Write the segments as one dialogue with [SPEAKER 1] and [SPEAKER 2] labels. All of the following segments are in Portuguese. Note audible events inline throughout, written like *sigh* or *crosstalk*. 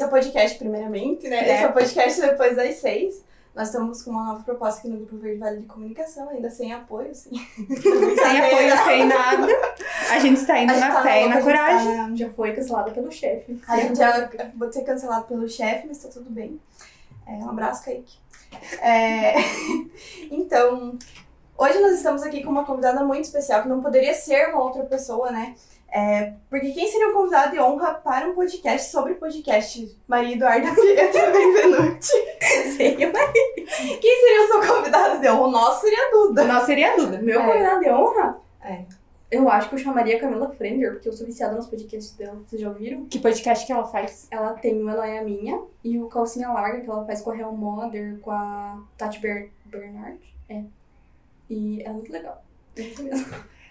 [SPEAKER 1] é podcast, primeiramente, né?
[SPEAKER 2] É.
[SPEAKER 1] Esse é o podcast depois das seis. Nós estamos com uma nova proposta aqui no Grupo Verde Vale de Comunicação, ainda sem apoio, assim.
[SPEAKER 2] *laughs* Sem apoio, sem nada. A gente está indo
[SPEAKER 1] A gente
[SPEAKER 2] É na
[SPEAKER 1] tá
[SPEAKER 2] fé e
[SPEAKER 1] louca, a gente
[SPEAKER 2] na
[SPEAKER 1] tá-
[SPEAKER 2] coragem.
[SPEAKER 3] Já foi cancelada pelo chefe.
[SPEAKER 1] A gente já acabou de ser cancelado pelo chefe, mas tá tudo bem. É, um abraço, Kaique. É, *laughs* então, hoje nós estamos aqui com uma convidada muito especial, que não poderia ser uma outra pessoa, né? É, porque quem seria o convidado de honra para um podcast sobre podcast? Maria Eduarda Pieta *laughs* Benvenuti.
[SPEAKER 3] Seria uma
[SPEAKER 1] Quem seria o seu convidado de honra? O nosso seria a Duda.
[SPEAKER 2] Nossa, seria a Duda.
[SPEAKER 3] Meu
[SPEAKER 1] É.
[SPEAKER 3] convidado de honra?
[SPEAKER 1] É.
[SPEAKER 3] Eu acho que eu chamaria a Camila Frender, porque eu sou viciada nos podcasts dela. Vocês já ouviram?
[SPEAKER 2] Que podcast que ela faz?
[SPEAKER 3] Ela tem o Ela é a Minha e o Calcinha Larga, que ela faz com a Real Mother, com a Tati Ber Bernard. É. E é muito legal.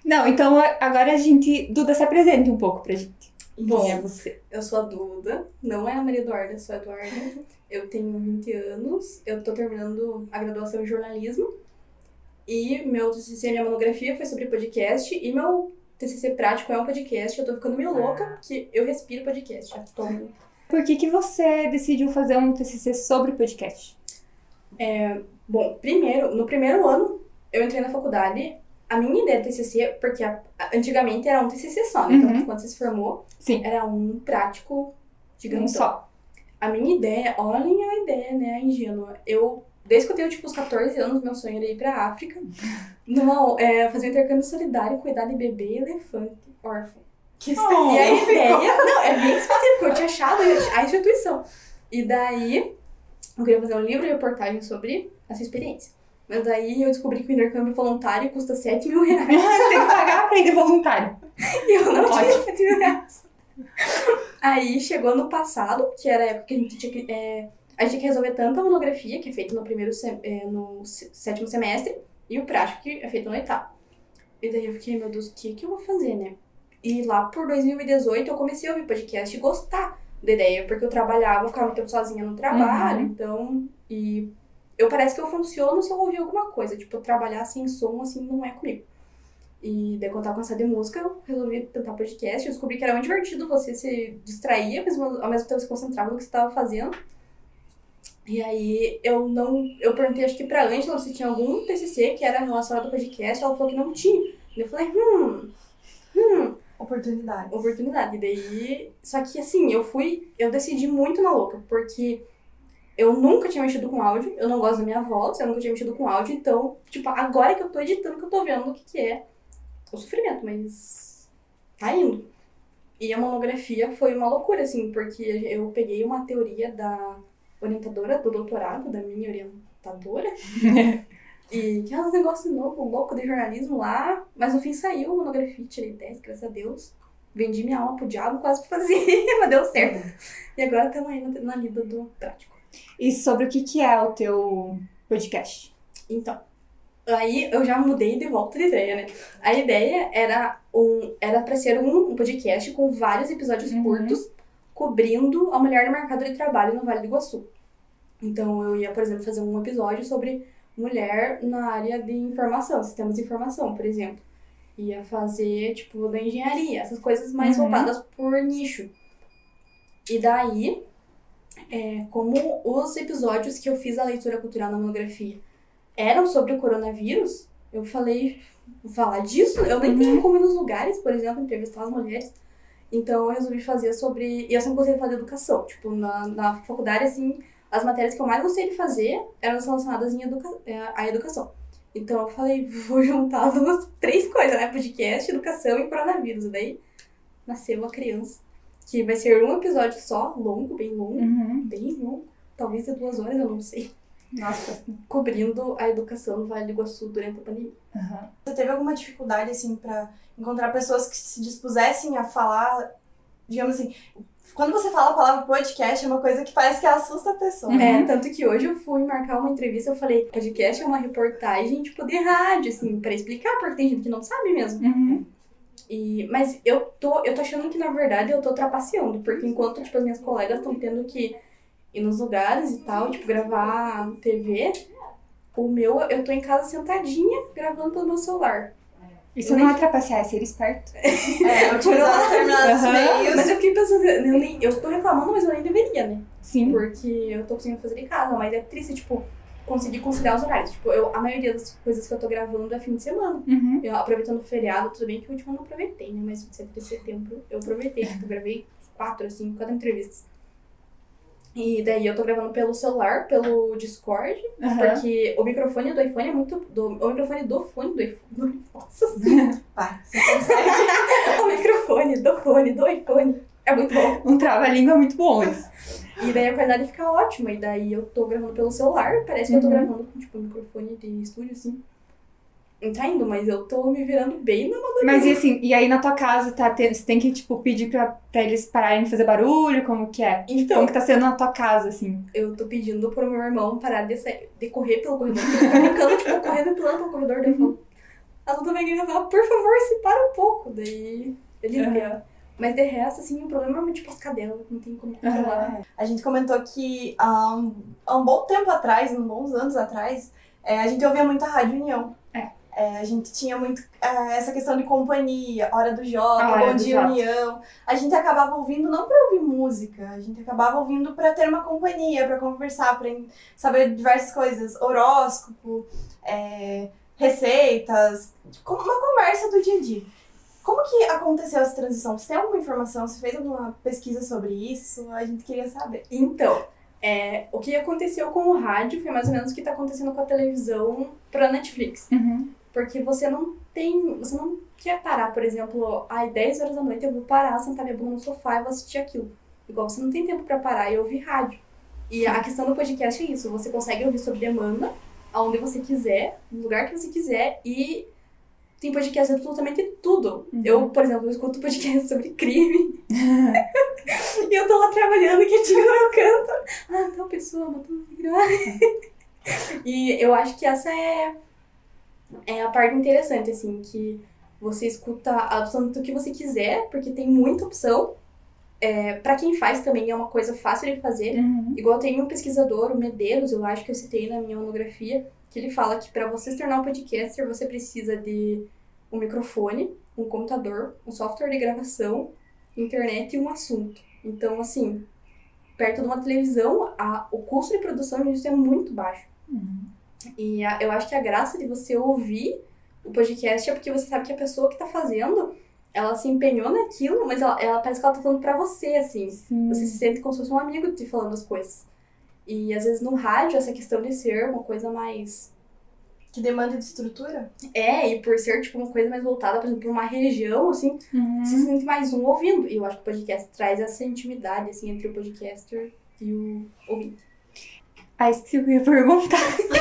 [SPEAKER 2] Não, então a- agora a gente. Duda, se apresente um pouco pra gente.
[SPEAKER 3] Bom,
[SPEAKER 2] Quem é você?
[SPEAKER 3] Eu sou a Duda, não é a Maria Eduarda, eu sou a
[SPEAKER 2] *laughs*
[SPEAKER 3] Eduarda. Eu tenho 20 anos, eu tô terminando a graduação em jornalismo. E meu TCC, minha monografia foi sobre podcast. E meu TCC prático é um podcast. Eu tô ficando meio louca,
[SPEAKER 2] Ah.
[SPEAKER 3] porque eu respiro podcast. Eu tô-
[SPEAKER 2] Por que, que você decidiu fazer um TCC sobre podcast?
[SPEAKER 3] Bom, primeiro, no primeiro ano, eu entrei na faculdade. A minha ideia do TCC, porque a- a- antigamente era um TCC só, né?
[SPEAKER 2] Uhum.
[SPEAKER 3] Então, quando você se formou,
[SPEAKER 2] Sim.
[SPEAKER 3] era um prático, digamos,
[SPEAKER 1] Então.
[SPEAKER 2] Um só. *laughs*
[SPEAKER 3] A minha ideia, olhem a ideia, né, a ingênua. Eu, desde que eu tenho, tipo, os 14 anos, meu sonho era ir pra África, numa, é, fazer um intercâmbio solidário, cuidar de bebê, elefante, órfão.
[SPEAKER 1] Que
[SPEAKER 2] Oh.
[SPEAKER 3] E a
[SPEAKER 1] especial.
[SPEAKER 3] ideia, não, é bem específico, eu tinha achado a instituição. E daí, eu queria fazer um livro e reportagem sobre essa experiência. Mas daí eu descobri que o intercâmbio voluntário custa 7 mil reais.
[SPEAKER 2] Você tem que pagar pra ir de voluntário.
[SPEAKER 3] E *laughs* eu não
[SPEAKER 2] Ótimo.
[SPEAKER 3] tinha 7 mil reais. Aí chegou no passado, que era a época que a gente tinha que. é, a gente tinha que resolver tanto a monografia, que é feita no primeiro sem- é, no se- sétimo semestre, e o prático, que é feito no oitavo. E daí eu fiquei, meu Deus, o que, que eu vou fazer, né? E lá por 2018 eu comecei a ouvir podcast e gostar da ideia, porque eu trabalhava, eu ficava muito tempo sozinha no trabalho, então. E eu parece que eu funciono se eu ouvir alguma coisa. Tipo, trabalhar sem som, assim, não é comigo. E daí, quando eu tava cansada de música, eu resolvi tentar podcast. Eu descobri que era muito divertido você se distraía, mas ao mesmo tempo se concentrava no que você tava fazendo. E aí, eu não. Eu perguntei, acho que pra Angela se tinha algum TCC que era relacionado ao podcast. Ela falou que não tinha. E eu falei, hum. Hum,
[SPEAKER 1] Oportunidade.
[SPEAKER 3] oportunidade. Daí. Só que assim, eu fui. Eu decidi muito na louca, porque eu nunca tinha mexido com áudio, eu não gosto da minha voz, eu nunca tinha mexido com áudio, então, tipo, agora que eu tô editando, que eu tô vendo o que, que é o sofrimento, mas tá indo. E a monografia foi uma loucura, assim, porque eu peguei uma teoria da orientadora do doutorado, da minha orientadora. e que é um negócio novo, louco de jornalismo lá. Mas no fim saiu a monografia, tirei 10, graças a Deus. Vendi minha alma pro diabo, quase fazia, *laughs* mas deu certo. E agora estamos aí na, na lida do prático.
[SPEAKER 2] E sobre o que, que é o teu podcast?
[SPEAKER 3] Então, aí eu já mudei de volta de ideia, né? A ideia era um era para ser um, um podcast com vários episódios
[SPEAKER 2] Uhum.
[SPEAKER 3] curtos cobrindo a mulher no mercado de trabalho no Vale do Iguaçu. Então, eu ia, por exemplo, fazer um episódio sobre mulher na área de informação, sistemas de informação, por exemplo. Ia fazer, tipo, da engenharia, essas coisas mais
[SPEAKER 2] Uhum.
[SPEAKER 3] voltadas por nicho. E daí, é, como os episódios que eu fiz a leitura cultural na monografia eram sobre o coronavírus, eu falei, vou falar disso? Eu nem tenho como ir nos lugares, por exemplo, entrevistar as mulheres. Então, eu resolvi fazer sobre... E eu sempre gostei de falar de educação. Tipo, na, na faculdade, assim, as matérias que eu mais gostei de fazer eram as relacionadas em educa- eh, à educação. Então eu falei, *laughs* vou juntar as duas, três coisas, né? Podcast, educação e coronavírus. E Daí nasceu a criança, que vai ser um episódio só, longo, bem longo,
[SPEAKER 1] Uhum.
[SPEAKER 3] bem longo. Talvez de duas horas, eu não sei.
[SPEAKER 2] Nossa.
[SPEAKER 3] Cobrindo a educação no Vale do Iguaçu durante a pandemia.
[SPEAKER 2] Uhum.
[SPEAKER 1] Você teve alguma dificuldade, assim, pra encontrar pessoas que se dispusessem a falar, digamos assim, quando você fala a palavra podcast, é uma coisa que parece que assusta a pessoa.
[SPEAKER 2] Uhum.
[SPEAKER 3] É, tanto que hoje eu fui marcar uma entrevista, eu falei, podcast é uma reportagem, tipo, de rádio, assim, pra explicar, porque tem gente que não sabe mesmo.
[SPEAKER 2] Uhum.
[SPEAKER 3] E, mas eu tô, eu tô achando que, na verdade, eu tô trapaceando, porque enquanto, tipo, as minhas colegas estão tendo que ir nos lugares e tal, tipo, gravar TV, o meu, eu tô em casa sentadinha, gravando pelo meu celular.
[SPEAKER 2] Isso não é trapacear, é ser esperto.
[SPEAKER 1] É, utilizar determinados
[SPEAKER 2] Aham.
[SPEAKER 1] meios.
[SPEAKER 3] Mas eu fiquei pensando, eu, nem, eu tô reclamando, mas eu nem deveria, né?
[SPEAKER 2] Sim.
[SPEAKER 3] Porque eu tô conseguindo fazer em casa, mas é triste, tipo, conseguir conciliar os horários. Tipo, eu, a maioria das coisas que eu tô gravando é fim de semana.
[SPEAKER 2] Uhum.
[SPEAKER 3] Eu aproveitando o feriado, tudo bem que o último eu não aproveitei, né? Mas 27 de setembro eu aproveitei, tipo, gravei quatro, assim, quatro entrevistas. E daí eu tô gravando pelo celular, pelo Discord,
[SPEAKER 2] Aham.
[SPEAKER 3] porque o microfone do iPhone é muito. Do, o microfone do fone do iPhone. *laughs* Nossa
[SPEAKER 1] Pá,
[SPEAKER 3] o microfone do fone do iPhone é muito bom.
[SPEAKER 2] Um trava-língua muito bom esse.
[SPEAKER 3] E daí a qualidade fica ótima. E daí eu tô gravando pelo celular, parece que eu tô
[SPEAKER 2] Uhum.
[SPEAKER 3] gravando com tipo um microfone de estúdio, assim. Não tá indo, mas eu tô me virando bem na
[SPEAKER 2] Mas e assim, e aí na tua casa, tá? Tem, você tem que, tipo, pedir pra, pra eles pararem de fazer barulho? Como que é?
[SPEAKER 3] Então,
[SPEAKER 2] Como que tá sendo na tua casa, assim?
[SPEAKER 3] eu tô pedindo pro meu irmão parar de, sair, de correr pelo corredor. porque Ele tá brincando, tipo, correndo e pulando pelo corredor. Daí eu falo, a Duda vai gritar, fala, por favor, se para um pouco. Daí ele
[SPEAKER 2] Aham.
[SPEAKER 3] entende. Mas de resto, assim, o problema é tipo as cadelas, não tem como controlar.
[SPEAKER 1] A gente comentou que há um, há um bom tempo atrás, uns bons anos atrás, é, a gente ouvia muito a Rádio União.
[SPEAKER 2] É.
[SPEAKER 1] É, a gente tinha muito é, essa questão de companhia, Hora do Jota,
[SPEAKER 2] A Ah, Hora
[SPEAKER 1] Bom
[SPEAKER 2] do
[SPEAKER 1] Dia
[SPEAKER 2] Jota.
[SPEAKER 1] União. A gente acabava ouvindo não para ouvir música, a gente acabava ouvindo para ter uma companhia, para conversar, para saber diversas coisas, horóscopo, é, receitas, como uma conversa do dia a dia. Como que aconteceu essa transição? Você tem alguma informação? Você fez alguma pesquisa sobre isso? A gente queria saber.
[SPEAKER 3] Então, é, o que aconteceu com o rádio foi mais ou menos o que tá acontecendo com a televisão pra Netflix.
[SPEAKER 2] Uhum.
[SPEAKER 3] Porque você não tem. Você não quer parar, por exemplo, ai, 10 horas da noite eu vou parar, sentar minha bunda no sofá e vou assistir aquilo. Igual você não tem tempo pra parar e ouvir rádio. E a questão do podcast é isso, você consegue ouvir sob demanda, aonde você quiser, no lugar que você quiser, e tem podcast de absolutamente tudo.
[SPEAKER 2] Uhum.
[SPEAKER 3] Eu, por exemplo, eu escuto podcast *laughs* sobre crime. e eu tô lá trabalhando quietinho no meu canto. Ah, tal pessoa botou no microfone. E eu acho que essa é, é a parte interessante, assim, que você escuta a opção do que você quiser, porque tem muita opção. É, para quem faz também é uma coisa fácil de fazer.
[SPEAKER 2] Uhum.
[SPEAKER 3] Igual tem um pesquisador, o Medeiros, eu acho que eu citei na minha monografia, que ele fala que para você se tornar um podcaster, você precisa de um microfone, um computador, um software de gravação, internet e um assunto. Então, assim, perto de uma televisão, a- o custo de produção disso é muito baixo.
[SPEAKER 2] Uhum.
[SPEAKER 3] E a- eu acho que a graça de você ouvir o podcast é porque você sabe que a pessoa que tá fazendo, ela se empenhou naquilo, mas ela, ela parece que ela tá falando pra você, assim.
[SPEAKER 2] Sim.
[SPEAKER 3] Você se sente como se fosse um amigo te falando as coisas. E às vezes no rádio, essa questão de ser uma coisa mais.
[SPEAKER 1] Que demanda de estrutura?
[SPEAKER 3] É, e por ser tipo uma coisa mais voltada, por exemplo, pra uma região, assim,
[SPEAKER 2] Uhum.
[SPEAKER 3] você se sente mais um ouvindo. E eu acho que o podcast traz essa intimidade, assim, entre o podcaster e o ouvinte.
[SPEAKER 2] Ah, esqueci o que eu ia perguntar. *laughs*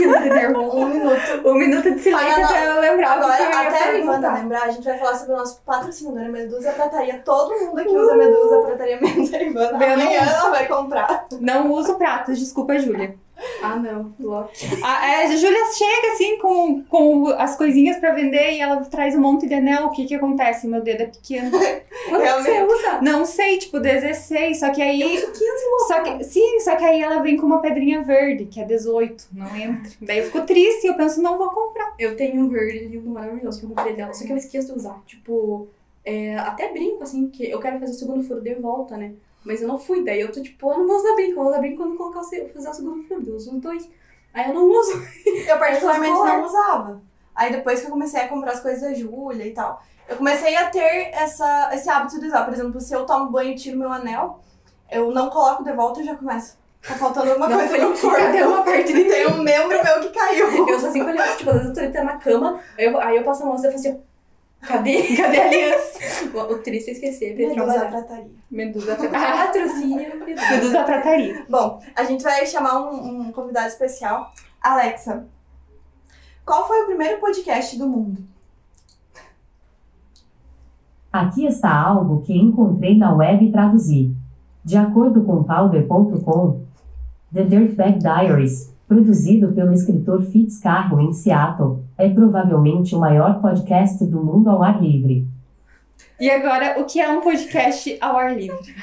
[SPEAKER 2] Eu tô nervosa.
[SPEAKER 1] Um minuto.
[SPEAKER 2] um minuto de silêncio
[SPEAKER 1] Para,
[SPEAKER 2] pra eu lembrar o que
[SPEAKER 1] *laughs* Agora,
[SPEAKER 2] eu
[SPEAKER 1] até
[SPEAKER 2] ia
[SPEAKER 1] a Ivana
[SPEAKER 2] perguntar.
[SPEAKER 1] lembrar, a gente vai falar sobre o nosso patrocinador, a Medusa a Prataria. Todo mundo aqui usa *laughs* Medusa a Prataria, menos a Ivana.
[SPEAKER 2] Eu não
[SPEAKER 1] Amanhã
[SPEAKER 2] uso.
[SPEAKER 1] ela vai comprar.
[SPEAKER 2] Não uso pratos, desculpa, Júlia.
[SPEAKER 3] Ah, não, bloco.
[SPEAKER 2] A, é, a Júlia chega assim com, com as coisinhas pra vender e ela traz um monte de anel. O que que acontece? Meu dedo é pequeno.
[SPEAKER 3] Quanto que você
[SPEAKER 1] Realmente.
[SPEAKER 3] usa?
[SPEAKER 2] Não sei, tipo 16, só que aí.
[SPEAKER 3] Eu uso 15 louco.
[SPEAKER 2] Só que, sim, só que aí ela vem com uma pedrinha verde, que é 18, não entra. Daí eu fico triste e eu penso, não vou comprar.
[SPEAKER 3] Eu tenho um verde lindo, maravilhoso que eu comprei dela, só que eu esqueço de usar. Tipo, é, até brinco, assim, porque eu quero fazer o segundo furo de volta, né? Mas eu não fui, daí eu tô tipo, eu não vou usar brinco, eu vou usar brinco quando colocar o se- fazer o segundo furo, eu uso os dois. Aí eu não uso. *laughs*
[SPEAKER 1] Eu particularmente
[SPEAKER 3] Escolar.
[SPEAKER 1] não usava. Aí depois que eu comecei a comprar as coisas da Júlia e tal, eu comecei a ter essa, esse hábito de usar. Por exemplo, se eu tomo banho e tiro meu anel, eu não coloco de volta e já começo. Tá faltando alguma
[SPEAKER 3] Não,
[SPEAKER 1] coisa
[SPEAKER 3] foi
[SPEAKER 1] no
[SPEAKER 3] que
[SPEAKER 1] corpo.
[SPEAKER 2] cadê uma parte de
[SPEAKER 1] Tem um membro meu que caiu.
[SPEAKER 3] Eu sou assim, quando eu, tipo, às vezes eu tô deitada na cama, aí eu, aí eu passo a mão e eu faço assim, ó, cadê? *laughs*
[SPEAKER 2] Cadê a aliança?
[SPEAKER 3] O, o triste é esquecer, pra
[SPEAKER 1] Medusa a
[SPEAKER 3] trabalhar.
[SPEAKER 1] Prataria.
[SPEAKER 2] Medusa prataria.
[SPEAKER 3] Patrocínio,
[SPEAKER 2] *laughs*
[SPEAKER 3] Medusa.
[SPEAKER 2] Medusa prataria.
[SPEAKER 1] Bom, a gente vai chamar um, um convidado especial. Alexa, qual foi o primeiro podcast do mundo?
[SPEAKER 4] Aqui está algo que encontrei na web e traduzi. De acordo com Powder.com, The Dirtbag Diaries, produzido pelo escritor Fitz Carro em Seattle, é provavelmente o maior podcast do mundo ao ar livre.
[SPEAKER 2] E agora, o que é um podcast ao ar livre?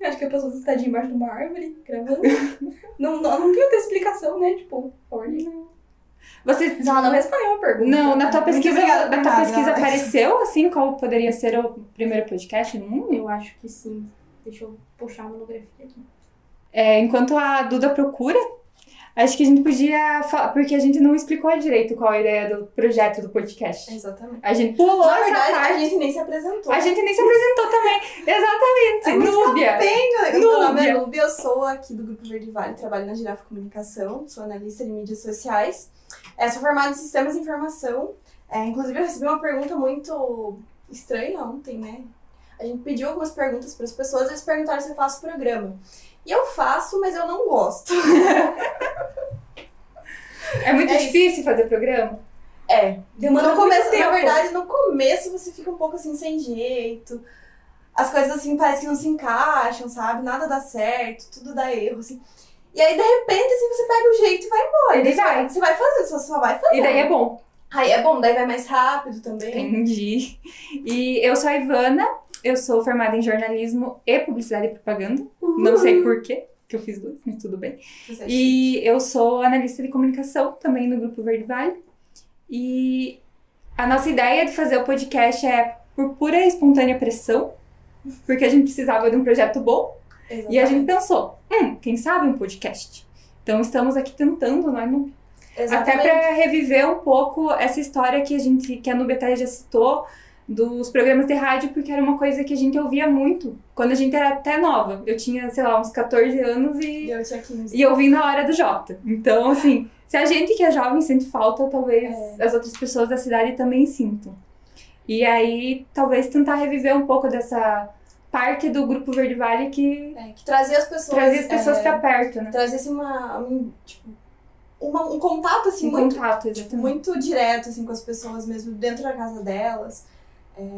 [SPEAKER 3] Eu Acho que a pessoa está embaixo de uma árvore, gravando. não, não, não tem outra explicação, né? Tipo, ordem.
[SPEAKER 2] Você
[SPEAKER 3] Mas ela não respondeu a pergunta.
[SPEAKER 2] Não, na tua
[SPEAKER 1] Muito
[SPEAKER 2] pesquisa,
[SPEAKER 1] obrigada por
[SPEAKER 2] na tua
[SPEAKER 1] nada.
[SPEAKER 2] pesquisa apareceu assim qual poderia ser o primeiro podcast no mundo?
[SPEAKER 3] Eu acho que sim. Deixa eu puxar a monografia aqui.
[SPEAKER 2] É, enquanto a Duda procura, acho que a gente podia falar, porque a gente não explicou direito qual a ideia do projeto do podcast.
[SPEAKER 1] Exatamente.
[SPEAKER 2] A gente pulou
[SPEAKER 1] Na
[SPEAKER 2] essa
[SPEAKER 1] verdade, a
[SPEAKER 2] parte.
[SPEAKER 1] gente nem se apresentou.
[SPEAKER 2] A gente nem se apresentou também.
[SPEAKER 1] É
[SPEAKER 2] Exatamente.
[SPEAKER 1] muito
[SPEAKER 2] Núbia.
[SPEAKER 1] Bem, meu nome é
[SPEAKER 2] Núbia.
[SPEAKER 1] Núbia, eu sou aqui do Grupo Verde Vale, trabalho na Girafa Comunicação, sou analista de mídias sociais, é, sou formada em sistemas de informação. É, inclusive, eu recebi uma pergunta muito estranha ontem, né? A gente pediu algumas perguntas para as pessoas, eles perguntaram se eu faço programa. E eu faço, mas eu não gosto.
[SPEAKER 2] É muito
[SPEAKER 1] É isso.
[SPEAKER 2] difícil fazer programa.
[SPEAKER 1] É,
[SPEAKER 3] Demanda
[SPEAKER 1] no
[SPEAKER 3] muito
[SPEAKER 1] começo,
[SPEAKER 3] tempo.
[SPEAKER 1] na verdade, no começo você fica um pouco assim sem jeito. As coisas assim parece que não se encaixam, sabe? Nada dá certo, tudo dá erro, assim. E aí, de repente, assim, você pega o jeito e vai embora.
[SPEAKER 2] Ele
[SPEAKER 1] Você
[SPEAKER 2] vai.
[SPEAKER 1] Você vai fazendo, você só vai fazendo.
[SPEAKER 2] E daí é bom.
[SPEAKER 1] Aí é bom, daí vai mais rápido também.
[SPEAKER 2] Entendi. E eu sou a Ivana, eu sou formada em jornalismo e publicidade e propaganda. Não sei porquê, que eu fiz duas, mas tudo bem.
[SPEAKER 1] Você
[SPEAKER 2] E eu sou analista de comunicação também no Grupo Verde Vale. E a nossa ideia de fazer o podcast é por pura e espontânea pressão, porque a gente precisava de um projeto bom.
[SPEAKER 1] Exatamente.
[SPEAKER 2] E a gente pensou, hum, quem sabe um podcast? Então estamos aqui tentando, não é, Nubia? Até
[SPEAKER 1] Exatamente.
[SPEAKER 2] para reviver um pouco essa história que a gente, que a Nubia até já citou, dos programas de rádio, porque era uma coisa que a gente ouvia muito quando a gente era até nova. Eu tinha, sei lá, uns 14 anos e
[SPEAKER 1] E eu tinha 15.
[SPEAKER 2] e eu vim na hora do Jota. Então, assim, se a gente que é jovem sente falta, talvez as outras pessoas da cidade também sintam. E aí, talvez tentar reviver um pouco dessa parte do grupo Verde Vale que
[SPEAKER 1] É, que trazia as pessoas.
[SPEAKER 2] trazia as pessoas
[SPEAKER 1] é,
[SPEAKER 2] pra perto, né?
[SPEAKER 1] Trazia assim, uma, um, tipo, uma- um contato assim,
[SPEAKER 2] Em
[SPEAKER 1] muito
[SPEAKER 2] contato, exatamente.
[SPEAKER 1] muito direto assim com as pessoas mesmo dentro da casa delas É,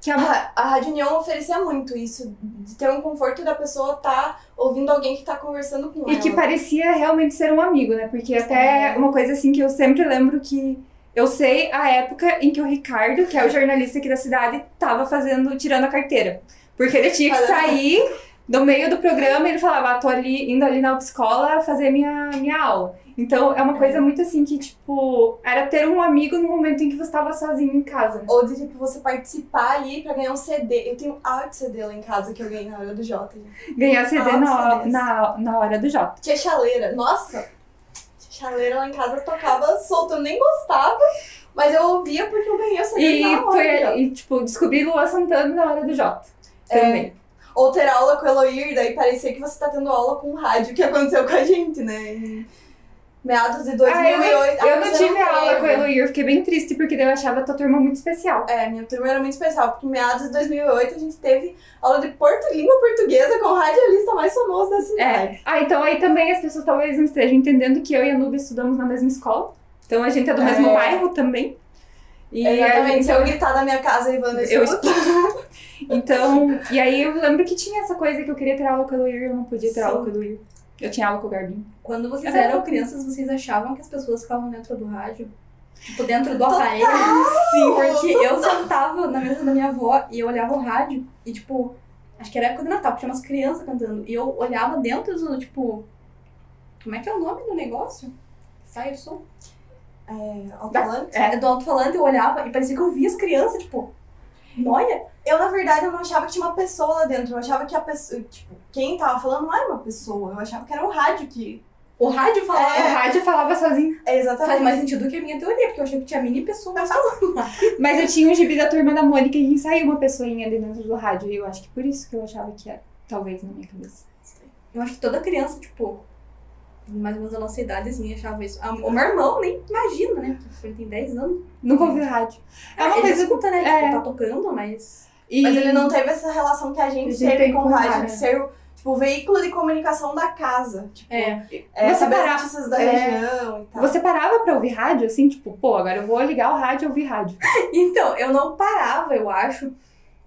[SPEAKER 1] que a, ra- a rádio União oferecia muito isso de ter um conforto da pessoa tá ouvindo alguém que tá conversando com
[SPEAKER 2] E
[SPEAKER 1] ela
[SPEAKER 2] que parecia realmente ser um amigo, né? Porque até
[SPEAKER 1] É.
[SPEAKER 2] uma coisa assim que eu sempre lembro que eu sei a época em que o Ricardo, que é o jornalista aqui da cidade, tava fazendo, tirando a carteira. Porque ele tinha que
[SPEAKER 1] Falando.
[SPEAKER 2] sair do meio do programa e ele falava, ah, tô ali, indo ali na autoescola fazer minha, minha aula. Então é uma coisa muito assim que, tipo, era ter um amigo no momento em que você tava sozinho em casa. né?
[SPEAKER 1] ou de tipo você participar ali pra ganhar um CD eu tenho áudio CD lá em casa que eu ganhei na hora do Jota gente.
[SPEAKER 2] Ganhar CD na,
[SPEAKER 1] Nossa,
[SPEAKER 2] na, na hora do Jota.
[SPEAKER 1] tinha chaleira nossa tinha chaleira lá em casa tocava solto eu nem gostava mas eu ouvia porque eu ganhei o CD
[SPEAKER 2] E,
[SPEAKER 1] na hora do Jota.
[SPEAKER 2] foi, e, tipo, descobri Luan Santana na hora do Jota.
[SPEAKER 1] É.
[SPEAKER 2] Também.
[SPEAKER 1] Ou ter aula com o Eloir, daí parecia que você tá tendo aula com o rádio, que aconteceu com a gente, né? Em meados de 2008.
[SPEAKER 2] Eu
[SPEAKER 1] Ah,
[SPEAKER 2] não
[SPEAKER 1] você
[SPEAKER 2] tive aula
[SPEAKER 1] teve.
[SPEAKER 2] com o Eloir, eu fiquei bem triste, porque daí eu achava a tua turma muito especial.
[SPEAKER 1] É, minha turma era muito especial, porque em meados de 2008 a gente teve aula de portu, língua portuguesa com o radialista mais famoso da cidade.
[SPEAKER 2] É. Ah, então aí também as pessoas talvez não estejam entendendo que eu e a Nubia estudamos na mesma escola. Então a gente é do
[SPEAKER 1] É.
[SPEAKER 2] mesmo bairro também. É, E
[SPEAKER 1] Exatamente, se
[SPEAKER 2] a
[SPEAKER 1] eu
[SPEAKER 2] gente,
[SPEAKER 1] gritar da minha casa, é Ivana,
[SPEAKER 2] Eu
[SPEAKER 1] escuto.
[SPEAKER 2] então, e aí eu lembro que tinha essa coisa que eu queria ter aula com o Eloir, eu não podia ter
[SPEAKER 1] Sim.
[SPEAKER 2] aula com o Eloir. Eu tinha aula com o Garbinho.
[SPEAKER 3] Quando vocês eram crianças, vocês achavam que as pessoas ficavam dentro do rádio? Tipo, dentro do aparelho? Sim, porque eu sentava na mesa da minha avó e eu olhava o rádio e, tipo, acho que era época do Natal, que tinha umas crianças cantando. E eu olhava dentro do, tipo, como é que é o nome do negócio? Sai o som.
[SPEAKER 1] É, alto-falante.
[SPEAKER 3] É. Do alto-falante eu olhava e parecia que eu via as crianças, tipo, noia.
[SPEAKER 1] Eu, na verdade, eu não achava que tinha uma pessoa lá dentro. Eu achava que a pessoa, tipo, quem tava falando não era uma pessoa. Eu achava que era o rádio que.
[SPEAKER 3] O rádio falava.
[SPEAKER 2] O rádio falava sozinho.
[SPEAKER 1] É,
[SPEAKER 3] Faz
[SPEAKER 1] exatamente.
[SPEAKER 3] mais sentido do que a minha teoria, porque eu achei que tinha mini pessoa falando.
[SPEAKER 2] Mas eu tinha um gibi da turma da Mônica e saiu uma pessoinha ali dentro do rádio. E eu acho que por isso que eu achava que era. Talvez na minha cabeça.
[SPEAKER 3] Eu acho que toda criança, tipo, mais ou menos a nossa idade, assim, achava isso. Ah, O meu irmão nem imagina, né? Porque tipo, ele tem 10 anos.
[SPEAKER 2] Nunca ouvi rádio. É uma
[SPEAKER 3] ele
[SPEAKER 2] coisa.
[SPEAKER 3] escuta, né?
[SPEAKER 2] é.
[SPEAKER 3] Tipo, tá tocando, mas.
[SPEAKER 2] E...
[SPEAKER 1] Mas ele não teve essa relação que a gente,
[SPEAKER 2] A gente
[SPEAKER 1] teve
[SPEAKER 2] tem né?
[SPEAKER 1] com o
[SPEAKER 2] com o
[SPEAKER 1] rádio,
[SPEAKER 2] rádio.
[SPEAKER 1] de ser o, tipo, o veículo de comunicação da casa. Tipo,
[SPEAKER 3] É.
[SPEAKER 1] é,
[SPEAKER 2] Você
[SPEAKER 1] saber
[SPEAKER 2] parar-
[SPEAKER 1] as notícias da
[SPEAKER 2] é.
[SPEAKER 1] região e tal.
[SPEAKER 2] Você parava pra ouvir rádio, assim, tipo, pô, agora eu vou ligar o rádio e ouvir rádio.
[SPEAKER 3] Então, eu não parava, eu acho.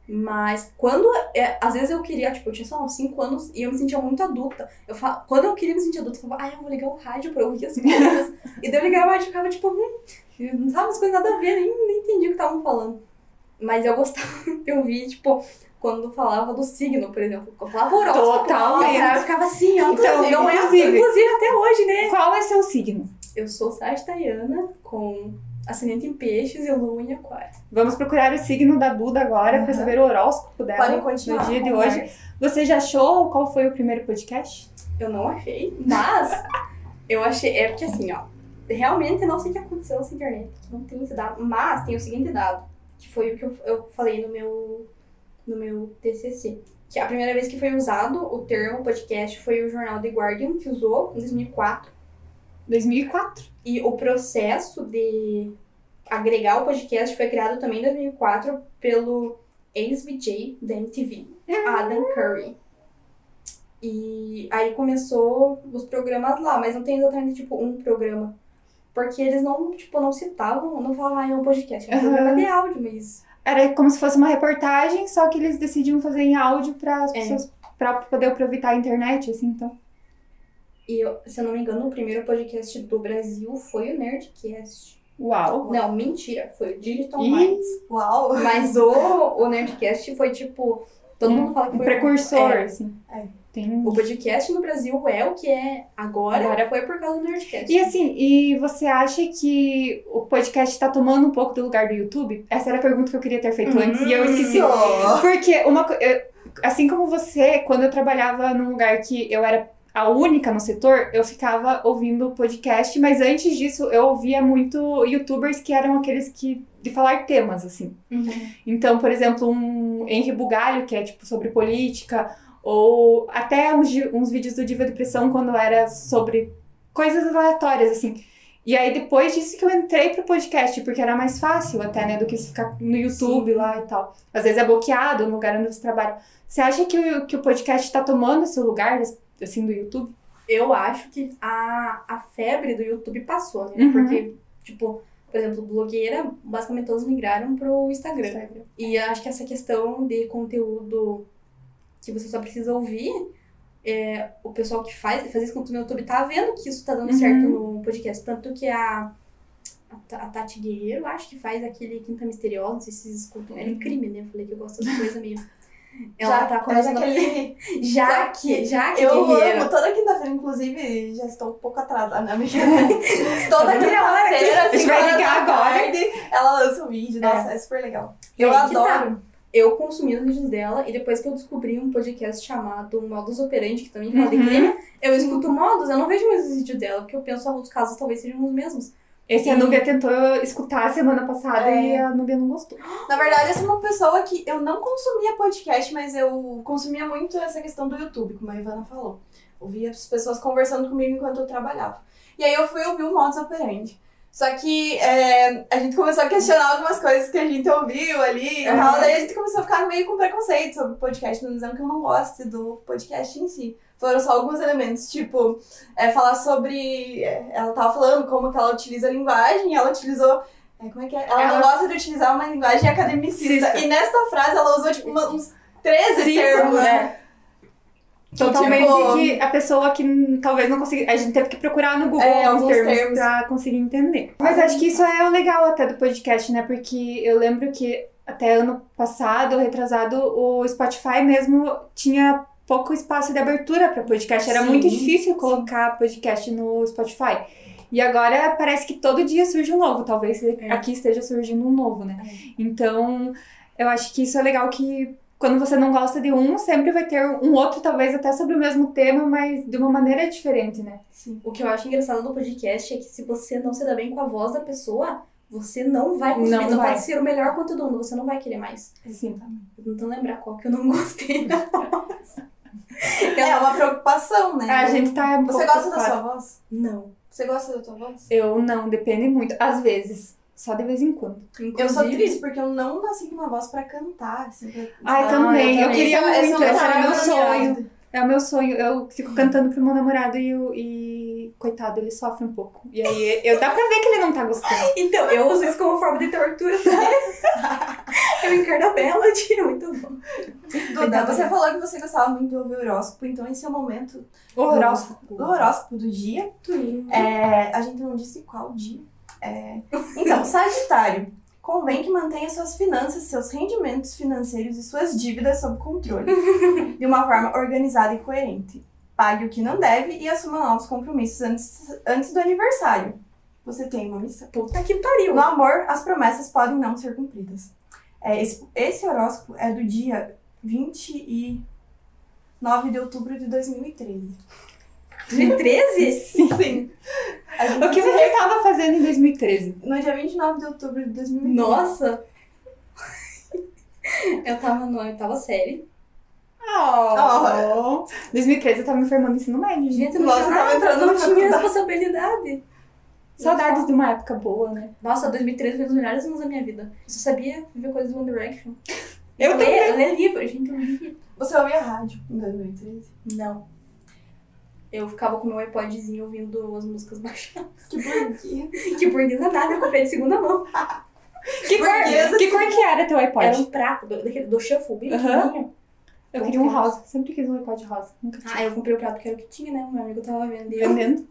[SPEAKER 3] Mas quando. é, às vezes eu queria, tipo, eu tinha só uns 5 anos e eu me sentia muito adulta. Eu fa- Quando eu queria me sentir adulta, eu falava, ai, eu vou ligar o rádio
[SPEAKER 2] *laughs*
[SPEAKER 3] pra ouvir as coisas. e daí eu ligava o rádio e ficava, tipo, hum, não sabe as coisas nada a ver, nem, nem entendi o que estavam falando. Mas eu gostava *laughs* de ouvir, tipo, quando falava do signo, por exemplo. Eu falava horóscopo.
[SPEAKER 2] Totalmente.
[SPEAKER 3] Eu ficava assim, ó.
[SPEAKER 2] Então,
[SPEAKER 3] não é
[SPEAKER 2] inclusive-
[SPEAKER 3] Inclusive, até hoje, né?
[SPEAKER 2] Qual é seu signo?
[SPEAKER 3] Eu sou sagitariana com ascendente em peixes e lua em aquário.
[SPEAKER 2] Vamos procurar o signo da Duda agora pra
[SPEAKER 1] Aham.
[SPEAKER 2] saber o horóscopo dela
[SPEAKER 1] Podem continuar
[SPEAKER 2] no dia de
[SPEAKER 1] com
[SPEAKER 2] hoje. Você já achou qual foi o primeiro podcast?
[SPEAKER 3] Eu não achei, mas eu achei. É porque assim, ó. Realmente eu não sei o que aconteceu nessa internet. Não tem esse dado. Mas tem o seguinte dado, que foi o que eu, eu falei no meu, no meu TCC. Que a primeira vez que foi usado o termo podcast foi o jornal The Guardian, que usou em 2004.
[SPEAKER 2] 2004.
[SPEAKER 3] E o processo de agregar o podcast foi criado também em 2004 pelo ex-VJ da MTV, Adam Curry. E aí começou os programas lá, mas não tem exatamente, tipo, um programa. Porque eles não, tipo, não citavam, não falavam, ah, é um podcast, é um
[SPEAKER 2] Aham.
[SPEAKER 3] programa de áudio, mas...
[SPEAKER 2] Era como se fosse uma reportagem, só que eles decidiam fazer em áudio para as
[SPEAKER 3] É.
[SPEAKER 2] pessoas pra poder aproveitar a internet, assim, então.
[SPEAKER 3] E, eu- se eu não me engano, o primeiro podcast do Brasil foi o Nerdcast.
[SPEAKER 2] Uau.
[SPEAKER 3] Não, mentira, foi o Digital
[SPEAKER 2] Ih,
[SPEAKER 3] Minds.
[SPEAKER 1] Uau!
[SPEAKER 3] Mas o, o Nerdcast foi tipo. Todo mundo fala que
[SPEAKER 2] Um
[SPEAKER 3] foi.
[SPEAKER 2] precursor,
[SPEAKER 3] é,
[SPEAKER 2] assim.
[SPEAKER 1] É.
[SPEAKER 2] Tem
[SPEAKER 3] o podcast no Brasil é o que é agora,
[SPEAKER 2] Agora.
[SPEAKER 3] foi por causa do Nerdcast.
[SPEAKER 2] E assim, e você acha que o podcast tá tomando um pouco do lugar do YouTube? Essa era a pergunta que eu queria ter feito antes e eu
[SPEAKER 1] Uhum.
[SPEAKER 2] esqueci.
[SPEAKER 1] Ó.
[SPEAKER 2] Porque uma co- eu- assim como você, quando eu trabalhava num lugar que eu era a única no setor, eu ficava ouvindo podcast, mas antes disso eu ouvia muito youtubers que eram aqueles que de falar temas assim.
[SPEAKER 3] Uhum.
[SPEAKER 2] Então, por exemplo, um Henry Bugalho, que é tipo sobre política, ou até uns, di- uns vídeos do Diva Depressão quando era sobre coisas aleatórias, assim. E aí depois disso que eu entrei pro podcast, porque era mais fácil até, né, do que se ficar no YouTube lá e tal. Às vezes é bloqueado no lugar onde você trabalha. Você acha que o, que o podcast tá tomando esse lugar, assim, do YouTube?
[SPEAKER 3] Eu acho que a, a febre do YouTube passou, né?
[SPEAKER 2] Uhum.
[SPEAKER 3] Porque, tipo, por exemplo, blogueira, basicamente todos migraram pro Instagram.
[SPEAKER 2] Uhum.
[SPEAKER 3] E acho que essa questão de conteúdo que você só precisa ouvir, é, o pessoal que faz, faz esse conteúdo no YouTube tá vendo que isso tá dando
[SPEAKER 2] Uhum.
[SPEAKER 3] certo no podcast. Tanto que a, a, Ta- a Tati Guerreiro, acho que faz aquele Quinta Misteriosa, não sei se vocês escutam. Era crime, né? Eu falei que eu gosto de coisa meio. Ela tá começando.
[SPEAKER 1] aquele-
[SPEAKER 3] *laughs*
[SPEAKER 2] *laughs*
[SPEAKER 3] Jaque,
[SPEAKER 1] *laughs*
[SPEAKER 3] Jaque
[SPEAKER 1] Eu
[SPEAKER 3] Guerreiro.
[SPEAKER 1] amo toda quinta-feira, inclusive, já estou um pouco atrasada na
[SPEAKER 2] *laughs*
[SPEAKER 1] minha. toda quinta-feira,
[SPEAKER 2] A gente
[SPEAKER 1] assim,
[SPEAKER 2] vai ligar agora.
[SPEAKER 1] ela lança um vídeo. Nossa, é, super legal. Eu
[SPEAKER 3] Eu que tá.
[SPEAKER 1] adoro.
[SPEAKER 3] eu consumi os vídeos dela e depois que eu descobri um podcast chamado Modus Operandi, que também fala de
[SPEAKER 2] Uhum.
[SPEAKER 3] crime, eu escuto modos, eu não vejo mais os vídeos dela, porque eu penso, ah, os casos talvez sejam os mesmos.
[SPEAKER 2] Esse a Nubia tentou escutar semana passada
[SPEAKER 1] É.
[SPEAKER 2] e a Nubia não gostou.
[SPEAKER 1] Na verdade, eu sou uma pessoa que eu não consumia podcast, mas eu consumia muito essa questão do YouTube, como a Ivana falou. Ouvia as pessoas conversando comigo enquanto eu trabalhava. E aí eu fui ouvir o modus operandi. Só que é, a gente começou a questionar algumas coisas que a gente ouviu ali e
[SPEAKER 3] Aham.
[SPEAKER 1] tal. Daí a gente começou a ficar meio com preconceito sobre podcast, não dizendo que eu não goste do podcast em si. Foram só alguns elementos, tipo, é, falar sobre. é, ela tava falando como que ela utiliza a linguagem, e ela utilizou. é, como é que é? Ela,
[SPEAKER 2] Ela-
[SPEAKER 1] não gosta de utilizar uma linguagem academicista.
[SPEAKER 2] Cista.
[SPEAKER 1] E nesta frase ela usou, tipo, uma- uns 13
[SPEAKER 2] Cinco,
[SPEAKER 1] termos.
[SPEAKER 2] né? Totalmente
[SPEAKER 1] Tipo-
[SPEAKER 2] que Então, a pessoa que hum, talvez não consiga. A gente teve que procurar no Google
[SPEAKER 1] É,
[SPEAKER 2] alguns
[SPEAKER 1] alguns
[SPEAKER 2] termos,
[SPEAKER 1] termos.
[SPEAKER 2] pra conseguir entender. Mas acho que isso é o legal até do podcast, né? Porque eu lembro que até ano passado, retrasado, o Spotify mesmo tinha pouco espaço de abertura para podcast. Era
[SPEAKER 1] Sim,
[SPEAKER 2] muito difícil colocar podcast no Spotify. E agora parece que todo dia surge um novo. Talvez
[SPEAKER 3] É.
[SPEAKER 2] aqui esteja surgindo um novo, né?
[SPEAKER 1] É.
[SPEAKER 2] Então, eu acho que isso é legal que quando você não gosta de um, sempre vai ter um outro, talvez até sobre o mesmo tema, mas de uma maneira diferente, né?
[SPEAKER 1] Sim.
[SPEAKER 3] O que eu acho engraçado do podcast é que se você não se dá bem com a voz da pessoa, você não vai conseguir,
[SPEAKER 2] Não
[SPEAKER 3] não,
[SPEAKER 2] vai.
[SPEAKER 3] vai ser o melhor conteúdo, do mundo, você não vai querer mais.
[SPEAKER 2] Sim.
[SPEAKER 3] Eu tô tentando lembrar qual que eu não *laughs* gostei.
[SPEAKER 1] É uma preocupação, né?
[SPEAKER 2] um A gente tá. um
[SPEAKER 1] Você
[SPEAKER 2] pouco
[SPEAKER 1] gosta da
[SPEAKER 2] preocupada.
[SPEAKER 1] sua voz?
[SPEAKER 3] não.
[SPEAKER 1] Você gosta da tua voz?
[SPEAKER 2] Eu não, depende muito. Às vezes. Só de vez em quando.
[SPEAKER 3] Inclusive,
[SPEAKER 1] Eu sou triste porque eu não nasci com uma voz pra cantar. Assim, pra-
[SPEAKER 2] Ai,
[SPEAKER 1] sabe?
[SPEAKER 2] também. Eu,
[SPEAKER 3] também.
[SPEAKER 2] queria
[SPEAKER 1] Esse é- esse é um
[SPEAKER 2] muito. Esse era meu
[SPEAKER 1] maravilhoso.
[SPEAKER 2] sonho. É o meu sonho. Eu
[SPEAKER 3] Uhum.
[SPEAKER 2] fico cantando pro meu namorado e, eu- e coitado, ele sofre um pouco. E aí eu dá pra ver que ele não tá gostando.
[SPEAKER 3] *laughs* Então, eu uso isso como forma de tortura, *laughs* sabe? eu encarno a Bela, tira muito bom.
[SPEAKER 1] Duda, você falou que você gostava muito de ouvir horóscopo, então esse é o momento
[SPEAKER 3] Oh.
[SPEAKER 2] O
[SPEAKER 1] do
[SPEAKER 2] horóscopo.
[SPEAKER 1] horóscopo do dia. É, a gente não disse qual dia. É, Então, Sagitário. Convém que mantenha suas finanças, seus rendimentos financeiros e suas dívidas sob
[SPEAKER 2] *laughs*
[SPEAKER 1] controle, de uma forma organizada e coerente. Pague o que não deve e assuma novos compromissos antes, antes do aniversário. Você tem uma missão.
[SPEAKER 3] Puta que pariu.
[SPEAKER 1] No amor, as promessas podem não ser cumpridas. É, esse, esse horóscopo é do dia 29 de outubro de 2013.
[SPEAKER 3] 2013?
[SPEAKER 1] Sim. A gente
[SPEAKER 2] O que
[SPEAKER 1] se
[SPEAKER 2] você estava fazendo em 2013?
[SPEAKER 1] No dia 29 de outubro de 2013.
[SPEAKER 3] Nossa! *laughs* Eu tava na oitava série.
[SPEAKER 2] Oh. 2013 eu tava me formando em ensino médio, gente.
[SPEAKER 3] Gente, eu não
[SPEAKER 1] Nossa,
[SPEAKER 3] tinha
[SPEAKER 1] eu tava
[SPEAKER 3] nada,
[SPEAKER 1] entrando
[SPEAKER 3] não
[SPEAKER 1] na
[SPEAKER 3] tinha
[SPEAKER 1] faculdade.
[SPEAKER 3] responsabilidade.
[SPEAKER 2] Saudades de uma época boa, né?
[SPEAKER 3] Nossa, 2013 foi um dos melhores anos da minha vida. Eu só sabia ver coisas do One Direction.
[SPEAKER 1] Eu
[SPEAKER 3] ler,
[SPEAKER 1] também.
[SPEAKER 3] ler livro. Gente, eu li.
[SPEAKER 1] Você ouvia rádio em 2013?
[SPEAKER 3] Não. Eu ficava com meu iPodzinho ouvindo as músicas *laughs* baixadas.
[SPEAKER 1] Que burguês. *laughs*
[SPEAKER 3] que burguesa nada, eu comprei de segunda mão.
[SPEAKER 2] Que cor,
[SPEAKER 1] Burguesa.
[SPEAKER 2] que cor que era teu iPod?
[SPEAKER 3] Era um prato do, daquele, do shampoo bem
[SPEAKER 2] Aham.
[SPEAKER 3] pequenininho.
[SPEAKER 2] Eu queria um rosa. Sempre quis um iPod rosa. Nunca tive.
[SPEAKER 3] Ah, eu comprei o prato que era o que tinha, né? O meu amigo tava vendo. e eu-
[SPEAKER 2] Vendendo.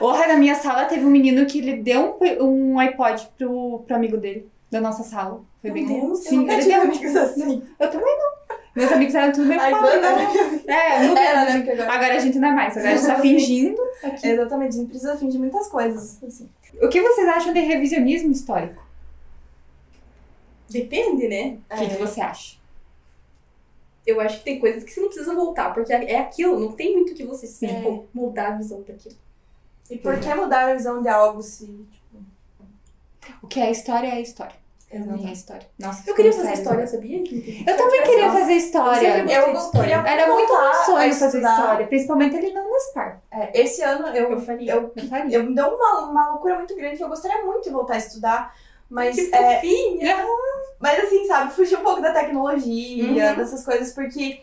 [SPEAKER 2] Porra, na minha sala teve um menino que ele deu um, um iPod pro, pro amigo dele, da nossa sala. Foi bem
[SPEAKER 3] Meu
[SPEAKER 2] bom.
[SPEAKER 3] Deus, eu
[SPEAKER 2] Sim,
[SPEAKER 3] nunca
[SPEAKER 2] ele
[SPEAKER 1] Eu tive
[SPEAKER 2] deu.
[SPEAKER 1] amigos assim.
[SPEAKER 2] Eu também não. Meus amigos eram tudo bem
[SPEAKER 1] A
[SPEAKER 2] pobre,
[SPEAKER 1] Ivana
[SPEAKER 2] né? É, não
[SPEAKER 1] era, né? Porque agora...
[SPEAKER 2] Agora a gente não é mais, agora a gente tá fingindo.
[SPEAKER 1] Exatamente, a gente precisa fingir muitas coisas. Assim.
[SPEAKER 2] O que vocês acham de revisionismo histórico?
[SPEAKER 3] Depende, né?
[SPEAKER 1] É.
[SPEAKER 2] O que, que você acha?
[SPEAKER 3] Eu acho que tem coisas que você não precisa voltar, porque é aquilo, não tem muito que você
[SPEAKER 2] Sim.
[SPEAKER 3] tipo, mudar a visão daquilo.
[SPEAKER 1] E por que mudar a visão de algo se. Tipo,
[SPEAKER 2] O que é história é história. O que é
[SPEAKER 1] exatamente.
[SPEAKER 2] história. Nossa,
[SPEAKER 3] Eu queria
[SPEAKER 2] ficou
[SPEAKER 3] fazer
[SPEAKER 2] sério.
[SPEAKER 3] história, sabia?
[SPEAKER 2] Eu também queria fazer história.
[SPEAKER 3] Nossa,
[SPEAKER 1] Eu queria
[SPEAKER 2] Era muito
[SPEAKER 1] voltar
[SPEAKER 2] um
[SPEAKER 1] a
[SPEAKER 2] sonho fazer
[SPEAKER 1] né, estudar.
[SPEAKER 2] história, principalmente ele não nas par.
[SPEAKER 1] É, esse ano eu,
[SPEAKER 3] Eu faria.
[SPEAKER 1] eu,
[SPEAKER 2] Eu faria.
[SPEAKER 1] eu me deu uma, uma loucura muito grande que eu gostaria muito de voltar a estudar.
[SPEAKER 2] *laughs*
[SPEAKER 1] Mas,
[SPEAKER 3] Que
[SPEAKER 1] é,
[SPEAKER 3] fofinha!
[SPEAKER 1] mas assim, sabe, fugir um pouco da tecnologia,
[SPEAKER 3] Uhum.
[SPEAKER 1] dessas coisas, porque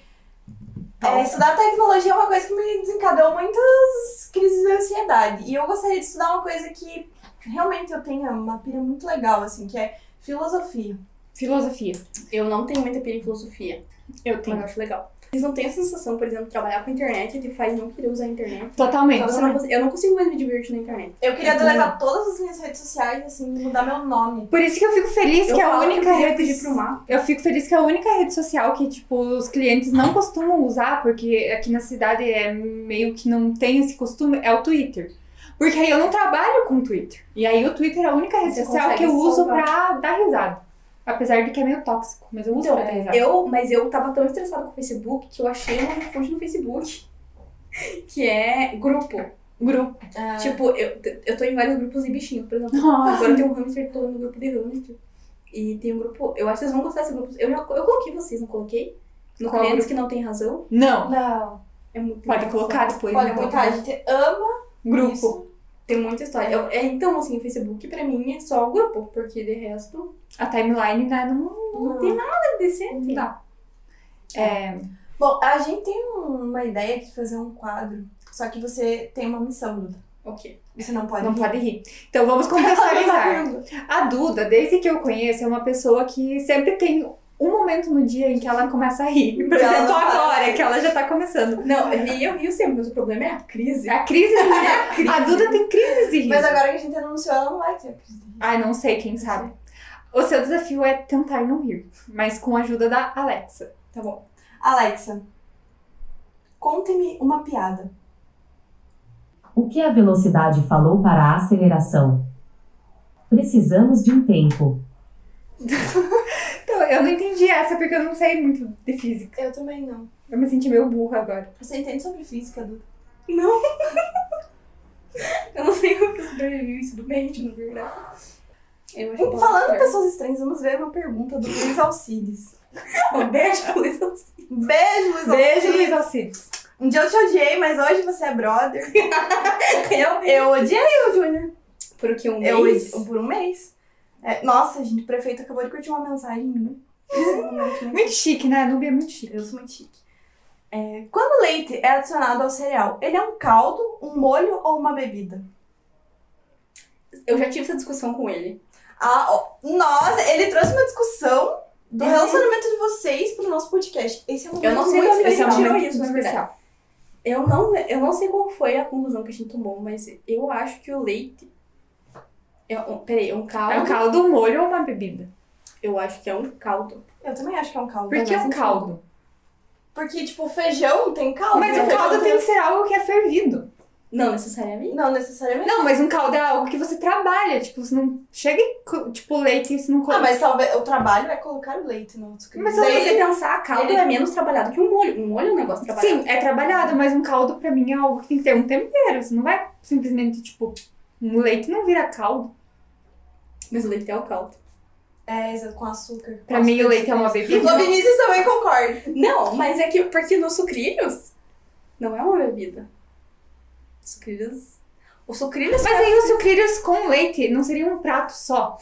[SPEAKER 1] é,
[SPEAKER 3] Nossa.
[SPEAKER 1] estudar tecnologia é uma coisa que me desencadeou muitas crises de ansiedade. E eu gostaria de estudar uma coisa que realmente eu tenha uma pira muito legal, assim, que é filosofia.
[SPEAKER 2] Filosofia.
[SPEAKER 3] Eu não tenho muita pira em filosofia. Eu tenho. Mas eu acho legal. Vocês não têm a sensação, por exemplo, de trabalhar com a internet e te faz não querer usar a internet?
[SPEAKER 2] Totalmente.
[SPEAKER 3] Eu não, cons- eu não consigo mais me divertir na internet.
[SPEAKER 1] Eu queria
[SPEAKER 2] Uhum.
[SPEAKER 1] deletar todas as minhas redes sociais, assim, mudar meu nome.
[SPEAKER 2] Por isso que eu fico feliz
[SPEAKER 3] eu
[SPEAKER 2] que é a
[SPEAKER 3] falo
[SPEAKER 2] única
[SPEAKER 3] eu queria
[SPEAKER 2] rede.
[SPEAKER 3] pedir pro mar.
[SPEAKER 2] Eu fico feliz que é a única rede social que, tipo, os clientes não costumam usar, porque aqui na cidade é meio que não tem esse costume, é o Twitter. Porque aí eu não trabalho com Twitter. E aí o Twitter é a única rede
[SPEAKER 3] Você
[SPEAKER 2] social que eu
[SPEAKER 3] consegue
[SPEAKER 2] uso
[SPEAKER 3] salvar.
[SPEAKER 2] pra dar risada. Apesar de que é meio tóxico, mas eu uso
[SPEAKER 3] Então,
[SPEAKER 2] pra dar risada.
[SPEAKER 3] Eu, mas eu tava tão estressada com o Facebook que eu achei um refúgio no Facebook. *laughs* Que é grupo.
[SPEAKER 2] Grupo.
[SPEAKER 3] Tipo, eu, eu tô em vários grupos de bichinhos, por exemplo.
[SPEAKER 2] Nossa.
[SPEAKER 3] Agora tem um hamster, tô no grupo de hamster. E tem um grupo. Eu acho que vocês vão gostar desse grupo. Eu, já, eu coloquei vocês, não coloquei? No
[SPEAKER 2] Qual
[SPEAKER 3] clientes que não tem razão.
[SPEAKER 2] Não.
[SPEAKER 1] Não.
[SPEAKER 3] É muito
[SPEAKER 2] Pode
[SPEAKER 3] engraçado.
[SPEAKER 2] colocar depois.
[SPEAKER 1] Olha,
[SPEAKER 2] então.
[SPEAKER 1] muita gente ama
[SPEAKER 2] Grupo.
[SPEAKER 1] isso.
[SPEAKER 3] Tem muita história. Eu- é, então, assim, o Facebook pra mim é só o grupo, porque de resto
[SPEAKER 2] A timeline, né, não
[SPEAKER 3] não,
[SPEAKER 1] Não.
[SPEAKER 3] tem nada decente.
[SPEAKER 2] dá. É,
[SPEAKER 1] Bom, a gente tem um- uma ideia de fazer um quadro, só que você tem uma missão, Duda.
[SPEAKER 3] Ok.
[SPEAKER 1] Você não pode
[SPEAKER 2] É,
[SPEAKER 1] *laughs*
[SPEAKER 2] não
[SPEAKER 1] rir.
[SPEAKER 2] pode rir. Então vamos contextualizar. A Duda, desde que eu conheço, é uma pessoa que sempre tem um momento no dia em que ela começa a rir.
[SPEAKER 1] Ela
[SPEAKER 2] Por exemplo,
[SPEAKER 1] não para.
[SPEAKER 2] agora, que ela já tá começando.
[SPEAKER 3] Não, e eu rio sempre, mas o problema é a crise.
[SPEAKER 2] A crise de rir.
[SPEAKER 3] *laughs* A crise.
[SPEAKER 2] A Duda tem crises de rir.
[SPEAKER 1] Mas agora que a gente anunciou, ela não vai ter acredito.
[SPEAKER 2] Ai, não sei, quem sabe. O seu desafio é tentar não rir, mas com a ajuda da Alexa.
[SPEAKER 3] Tá bom.
[SPEAKER 1] Alexa, conte-me uma piada.
[SPEAKER 4] O que a velocidade falou para a aceleração? Precisamos de um tempo.
[SPEAKER 2] Então, eu não entendi essa porque eu não sei muito de física.
[SPEAKER 1] Eu também não.
[SPEAKER 2] Eu me senti meio burra agora.
[SPEAKER 1] Você entende sobre física, Duda?
[SPEAKER 3] Não. eu não sei como que eu sobrevivi isso do mente, na verdade. Eu acho que-
[SPEAKER 1] Tipo, Falando em pessoas estranhas, vamos ver uma pergunta do Luiz Alcides.
[SPEAKER 3] Um beijo, Luiz.
[SPEAKER 1] Beijo, Luiz
[SPEAKER 2] Beijo,
[SPEAKER 1] Alcides.
[SPEAKER 2] Luiz Alcides.
[SPEAKER 1] Um dia eu te odiei, mas hoje você é brother. *laughs*
[SPEAKER 3] Realmente.
[SPEAKER 1] Eu odiei o Júnior.
[SPEAKER 3] Por que um
[SPEAKER 1] Eu,
[SPEAKER 3] mês?
[SPEAKER 1] por um mês. É, nossa, gente, o prefeito acabou de curtir uma mensagem minha.
[SPEAKER 2] Muito chique, né? A Nubia é muito chique.
[SPEAKER 1] Eu sou muito chique. É, quando o leite é adicionado ao cereal, ele é um caldo, um molho ou uma bebida?
[SPEAKER 3] Eu já tive essa discussão com ele.
[SPEAKER 1] Ah, ó, nossa, ele trouxe uma discussão do
[SPEAKER 3] Uhum.
[SPEAKER 1] relacionamento de vocês pro nosso podcast. Esse é um
[SPEAKER 3] Eu não sei
[SPEAKER 1] muito
[SPEAKER 3] de onde
[SPEAKER 2] Esse é um
[SPEAKER 1] especial.
[SPEAKER 3] tirou
[SPEAKER 2] momento
[SPEAKER 3] isso, na verdade.
[SPEAKER 2] especial.
[SPEAKER 3] Eu não, eu não sei qual foi a conclusão que a gente tomou, mas eu acho que o leite. É um, peraí, é um caldo.
[SPEAKER 2] É um caldo, um molho ou uma bebida?
[SPEAKER 3] Eu acho que é um caldo.
[SPEAKER 1] Eu também acho que é um caldo.
[SPEAKER 2] Por que
[SPEAKER 1] Mas
[SPEAKER 2] um
[SPEAKER 1] enfim.
[SPEAKER 2] caldo?
[SPEAKER 1] Porque, tipo, feijão tem caldo.
[SPEAKER 2] Mas
[SPEAKER 1] né?
[SPEAKER 2] o caldo
[SPEAKER 1] Feijão
[SPEAKER 2] tem que ser algo que é fervido.
[SPEAKER 3] Não necessariamente.
[SPEAKER 1] Não necessariamente.
[SPEAKER 2] Não, mas um caldo é algo que você trabalha. Tipo, você não chega e, co- tipo, leite e você não
[SPEAKER 1] Ah,
[SPEAKER 2] coloca.
[SPEAKER 1] mas talvez o trabalho é colocar o leite no outro
[SPEAKER 2] Mas
[SPEAKER 3] Se
[SPEAKER 2] Daí-
[SPEAKER 3] você pensar, caldo é menos trabalhado que um molho. Um molho é um negócio trabalhado.
[SPEAKER 2] Sim, é trabalhado, mas um caldo pra mim é algo que tem que ter um tempero. Você não vai simplesmente, tipo, um leite não vira caldo.
[SPEAKER 3] Mas o leite é o caldo.
[SPEAKER 1] É, exato, com açúcar.
[SPEAKER 2] Pra
[SPEAKER 1] Com
[SPEAKER 2] mim, o
[SPEAKER 1] açúcar
[SPEAKER 2] leite é uma
[SPEAKER 1] de
[SPEAKER 2] bebida.
[SPEAKER 1] O Vinícius também concorda.
[SPEAKER 3] Não, mas é que porque nos sucrilhos não é uma bebida. Sucrilhos. O sucrilhos.
[SPEAKER 2] Mas aí os sucrilhos com leite não seria um prato só.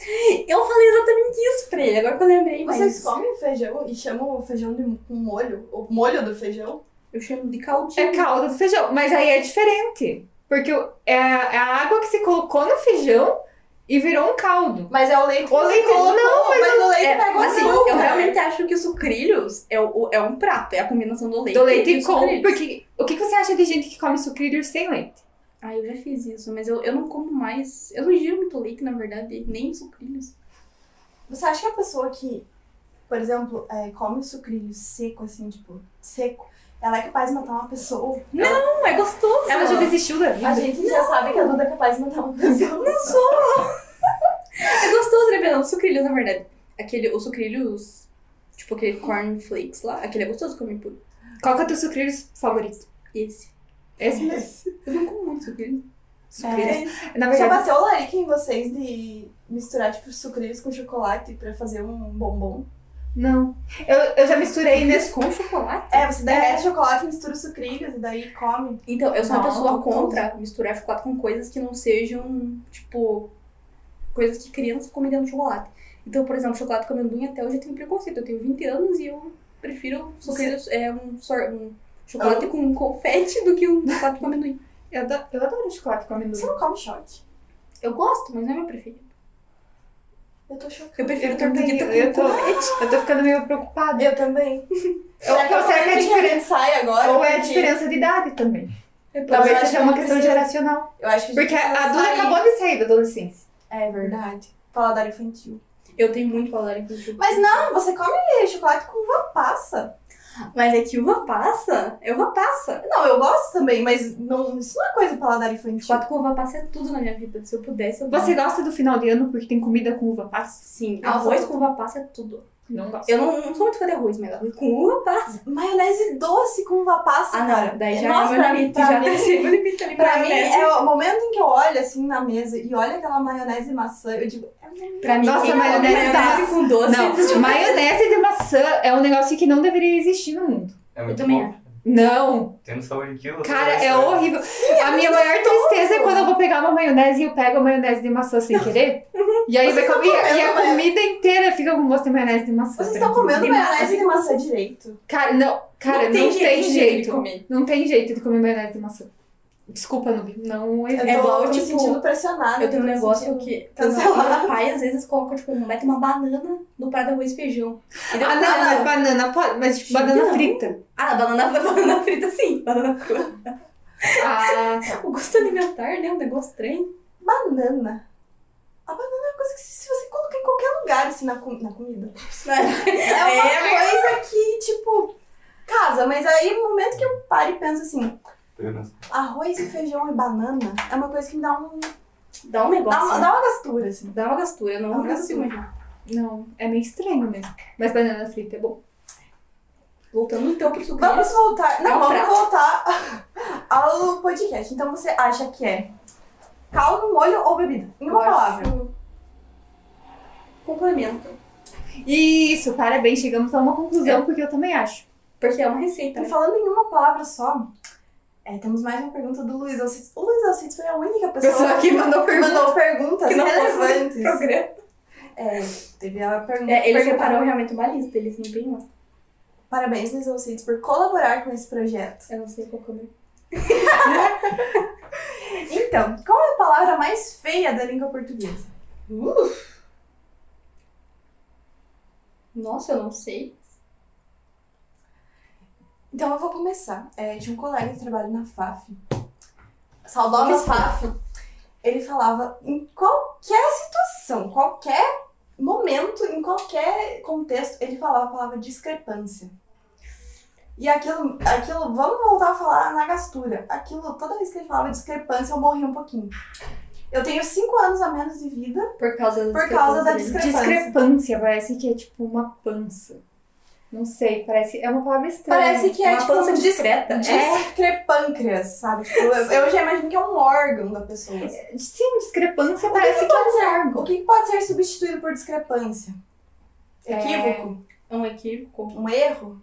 [SPEAKER 3] Eu falei exatamente isso pra ele, agora que eu lembrei. Mas
[SPEAKER 1] Vocês comem feijão e chamam o feijão de com molho? O molho do feijão?
[SPEAKER 3] Eu chamo de caldinho.
[SPEAKER 2] É caldo do feijão. Mas aí é diferente. Porque o- é a é a água que se colocou no feijão e virou um caldo.
[SPEAKER 1] Mas é o leite.
[SPEAKER 2] O
[SPEAKER 1] que
[SPEAKER 2] leite-
[SPEAKER 1] você colocou,
[SPEAKER 2] não, mas
[SPEAKER 1] o leite
[SPEAKER 3] É,
[SPEAKER 1] pega o
[SPEAKER 3] assim,
[SPEAKER 1] açúcar.
[SPEAKER 3] eu realmente acho que o sucrilhos é, o- é um prato, é a combinação do leite.
[SPEAKER 2] Do leite
[SPEAKER 3] o
[SPEAKER 2] com.
[SPEAKER 3] sucrilhos.
[SPEAKER 2] Porque o que que você acha de gente que come sucrilhos sem leite?
[SPEAKER 3] Ah, eu já fiz isso, mas eu, eu não como mais. Eu não giro muito leite, na verdade, nem sucrilhos.
[SPEAKER 1] Você acha que a pessoa que, por exemplo, é, come sucrilho seco, assim, tipo, seco, ela é capaz de matar uma pessoa?
[SPEAKER 3] Não, é gostoso.
[SPEAKER 2] Ela já desistiu da vida.
[SPEAKER 1] A gente já sabe que a Duda é capaz de matar uma pessoa. Não sou.
[SPEAKER 3] É gostoso, né? Pedro? Sucrilhos, na verdade. Aquele, os sucrilhos, tipo aquele cornflakes lá, aquele é gostoso comer puro.
[SPEAKER 2] Qual que é o teu sucrilhos favorito?
[SPEAKER 3] Esse.
[SPEAKER 2] Esse mesmo.
[SPEAKER 3] Eu não como muito sucrilhos.
[SPEAKER 2] Sucrilhos. Na
[SPEAKER 1] Já
[SPEAKER 2] verdade,
[SPEAKER 1] bateu É. o larica em vocês de misturar, tipo, sucrilhos com chocolate pra fazer um bombom?
[SPEAKER 2] não. Eu, eu já misturei né? nesse.
[SPEAKER 3] com chocolate?
[SPEAKER 1] É, você derrete chocolate, mistura os sucrilhos e daí come.
[SPEAKER 3] Então, eu sou uma
[SPEAKER 1] Não,
[SPEAKER 3] pessoa
[SPEAKER 1] não como.
[SPEAKER 3] contra misturar chocolate com coisas que não sejam, tipo, coisas que crianças comeriam no chocolate. Então, por exemplo, chocolate com amendoim até hoje eu tenho preconceito. Eu tenho 20 anos e eu prefiro sucrilhos, é, um, sor- um
[SPEAKER 1] Ah.
[SPEAKER 3] chocolate com confete do que um chocolate com amendoim.
[SPEAKER 2] Eu adoro, eu adoro chocolate com amendoim.
[SPEAKER 1] Você não come shot?
[SPEAKER 3] Eu gosto, mas não é meu preferido.
[SPEAKER 1] Eu tô chocada.
[SPEAKER 3] Eu prefiro
[SPEAKER 2] Eu também,
[SPEAKER 3] tortuguita com
[SPEAKER 2] eu tô-
[SPEAKER 3] confete.
[SPEAKER 2] Eu tô ficando meio preocupada.
[SPEAKER 1] Eu também.
[SPEAKER 2] Será que, será que é diferença?
[SPEAKER 1] sai agora?
[SPEAKER 2] Ou é a
[SPEAKER 1] Porque
[SPEAKER 2] diferença de idade também?
[SPEAKER 3] Eu tô-
[SPEAKER 1] um eu
[SPEAKER 2] Talvez
[SPEAKER 1] acho
[SPEAKER 2] seja
[SPEAKER 1] que
[SPEAKER 2] uma
[SPEAKER 1] não
[SPEAKER 2] questão
[SPEAKER 1] precisa.
[SPEAKER 2] geracional.
[SPEAKER 1] Eu acho que
[SPEAKER 2] Porque a Duda
[SPEAKER 1] sair.
[SPEAKER 2] acabou de sair da adolescência.
[SPEAKER 1] É verdade. Paladar infantil.
[SPEAKER 3] Eu tenho muito valor em confete.
[SPEAKER 1] Mas não, você come chocolate com uva passa.
[SPEAKER 3] Mas é que uva passa é uva passa.
[SPEAKER 1] Não, eu gosto também, mas não, isso não é coisa paladar infantil.
[SPEAKER 3] Chocolate com uva passa é tudo na minha vida. Se eu pudesse, eu
[SPEAKER 2] Você gosta do final de ano porque tem comida com uva passa?
[SPEAKER 3] Sim,
[SPEAKER 1] Nossa.
[SPEAKER 3] arroz com uva passa é tudo.
[SPEAKER 2] Não gosto.
[SPEAKER 3] Eu não, não sou muito fã de arroz, mas arroz com uva passa.
[SPEAKER 1] Maionese doce com uva passa,
[SPEAKER 3] Ah,
[SPEAKER 1] cara.
[SPEAKER 3] não. Daí já
[SPEAKER 1] Nossa,
[SPEAKER 3] é meu
[SPEAKER 1] pra mim,
[SPEAKER 3] limite.
[SPEAKER 1] pra
[SPEAKER 3] Já
[SPEAKER 1] mim- é
[SPEAKER 3] passei meu *laughs* limite ali
[SPEAKER 1] Pra mim,
[SPEAKER 3] maionese.
[SPEAKER 1] é o momento em que eu olho assim na mesa e olho aquela maionese e maçã, eu digo, é uma
[SPEAKER 3] Pra mim,
[SPEAKER 2] Nossa,
[SPEAKER 3] quem né?
[SPEAKER 2] maionese
[SPEAKER 3] come
[SPEAKER 1] tá
[SPEAKER 2] passa.
[SPEAKER 3] com doce.
[SPEAKER 2] Não, maionese de maçã é um negócio que não deveria existir no mundo.
[SPEAKER 5] É muito
[SPEAKER 3] também
[SPEAKER 5] bom.
[SPEAKER 2] Não,
[SPEAKER 5] Tem um sabor de quilo.
[SPEAKER 2] cara,
[SPEAKER 5] sabe?
[SPEAKER 2] é horrível. A minha maior tristeza é quando eu vou pegar uma maionese e eu pego a maionese de maçã sem querer. E aí
[SPEAKER 1] Vocês
[SPEAKER 2] vai
[SPEAKER 1] estão
[SPEAKER 2] comer e a
[SPEAKER 1] comendo, né?
[SPEAKER 2] comida inteira fica com gosto de maionese de maçã.
[SPEAKER 1] Vocês
[SPEAKER 2] pra
[SPEAKER 1] estão
[SPEAKER 2] mim.
[SPEAKER 1] comendo
[SPEAKER 3] Tem
[SPEAKER 1] maionese
[SPEAKER 3] maçã.
[SPEAKER 1] de maçã direito?
[SPEAKER 2] Cara, não, cara, não tem,
[SPEAKER 3] de
[SPEAKER 2] jeito.
[SPEAKER 3] comer.
[SPEAKER 2] Não tem jeito de comer maionese de maçã. Desculpa, Nubi. Não
[SPEAKER 1] Eu
[SPEAKER 2] existe.
[SPEAKER 1] tô,
[SPEAKER 3] É igual,
[SPEAKER 1] tô me
[SPEAKER 3] tipo,
[SPEAKER 1] sentindo pressionada.
[SPEAKER 3] Eu tenho um
[SPEAKER 1] tô me
[SPEAKER 3] negócio
[SPEAKER 1] sentindo-
[SPEAKER 3] que
[SPEAKER 1] Cancelar.
[SPEAKER 3] meu pai às vezes coloca, tipo, mete uma banana no prato de arroz e feijão. E daí
[SPEAKER 2] Ah,
[SPEAKER 3] eu
[SPEAKER 2] não,
[SPEAKER 3] falo,
[SPEAKER 2] mas banana pode. Mas tipo,
[SPEAKER 3] é Gente,
[SPEAKER 2] banana
[SPEAKER 3] não.
[SPEAKER 2] frita.
[SPEAKER 3] Ah, banana, banana frita sim. Banana crua.
[SPEAKER 2] Ah, tá.
[SPEAKER 3] O gosto alimentar, né? Um negócio estranho.
[SPEAKER 1] Banana. A banana é uma coisa que se se você colocar em qualquer lugar, assim, na, com- na comida. *laughs* É uma coisa que, tipo, casa. Mas aí, no momento que eu paro e penso assim,
[SPEAKER 5] Apenas.
[SPEAKER 1] arroz e feijão e banana, é uma coisa que me dá um...
[SPEAKER 3] Dá um negócio.
[SPEAKER 1] Dá uma, dá uma gastura, assim.
[SPEAKER 3] Dá uma gastura, eu
[SPEAKER 1] Dá
[SPEAKER 3] não
[SPEAKER 1] uma
[SPEAKER 3] consigo imaginar.
[SPEAKER 2] Não, é meio estranho mesmo. Mas banana frita é bom.
[SPEAKER 3] Voltando então pro sucrilhos.
[SPEAKER 1] Vamos voltar. Não,
[SPEAKER 3] É um
[SPEAKER 1] vamos
[SPEAKER 3] prato.
[SPEAKER 1] voltar *laughs* ao podcast. Então você acha que é caldo, molho ou bebida? Em uma
[SPEAKER 3] Eu
[SPEAKER 1] palavra.
[SPEAKER 3] acho- Complemento.
[SPEAKER 2] Isso, parabéns. Chegamos a uma conclusão, porque eu também acho.
[SPEAKER 3] Porque é uma receita.
[SPEAKER 1] E
[SPEAKER 3] né?
[SPEAKER 1] Então, falando em uma palavra só, é, temos mais uma pergunta do Luiz Alcides. O Luiz Alcides foi a única pessoa,
[SPEAKER 2] mandou
[SPEAKER 1] que mandou perguntas
[SPEAKER 3] Que não fosse
[SPEAKER 1] relevantes.
[SPEAKER 3] programa.
[SPEAKER 1] É, teve a pergunta.
[SPEAKER 3] É, ele
[SPEAKER 1] pergunta-
[SPEAKER 3] separou realmente uma lista, ele se empenhou.
[SPEAKER 1] Parabéns, Luiz Alcides, por colaborar com esse projeto.
[SPEAKER 3] Eu não sei qual câmera.
[SPEAKER 1] Então, qual é a palavra mais feia da língua portuguesa?
[SPEAKER 3] Nossa, eu não sei.
[SPEAKER 1] Então eu vou começar. É, de um colega que trabalha na FAF. Saudosa
[SPEAKER 3] Mas-
[SPEAKER 1] FAF. Ele falava em qualquer situação, qualquer momento, em qualquer contexto, ele falava a palavra discrepância. E aquilo, aquilo, vamos voltar a falar na gastura. Aquilo, toda vez que ele falava discrepância, eu morri um pouquinho. Eu tenho cinco anos a menos de vida.
[SPEAKER 3] Por causa
[SPEAKER 1] Por causa da
[SPEAKER 3] discrepância.
[SPEAKER 2] Discrepância, parece que é tipo uma pança. Não sei, parece. É uma palavra estranha.
[SPEAKER 1] Parece que é
[SPEAKER 3] Uma
[SPEAKER 1] tipo
[SPEAKER 3] pança
[SPEAKER 1] um dis-
[SPEAKER 3] discreta. É.
[SPEAKER 1] discrepâncreas, Tipo, sabe? Tipo, eu, eu já imagino que é um órgão da pessoa.
[SPEAKER 2] Sim, discrepância
[SPEAKER 1] O que
[SPEAKER 2] parece
[SPEAKER 1] que
[SPEAKER 2] que é
[SPEAKER 1] pode
[SPEAKER 2] um
[SPEAKER 1] ser?
[SPEAKER 2] órgão.
[SPEAKER 1] O que pode ser substituído por discrepância? Equívoco?
[SPEAKER 3] É um equívoco.
[SPEAKER 1] Um erro?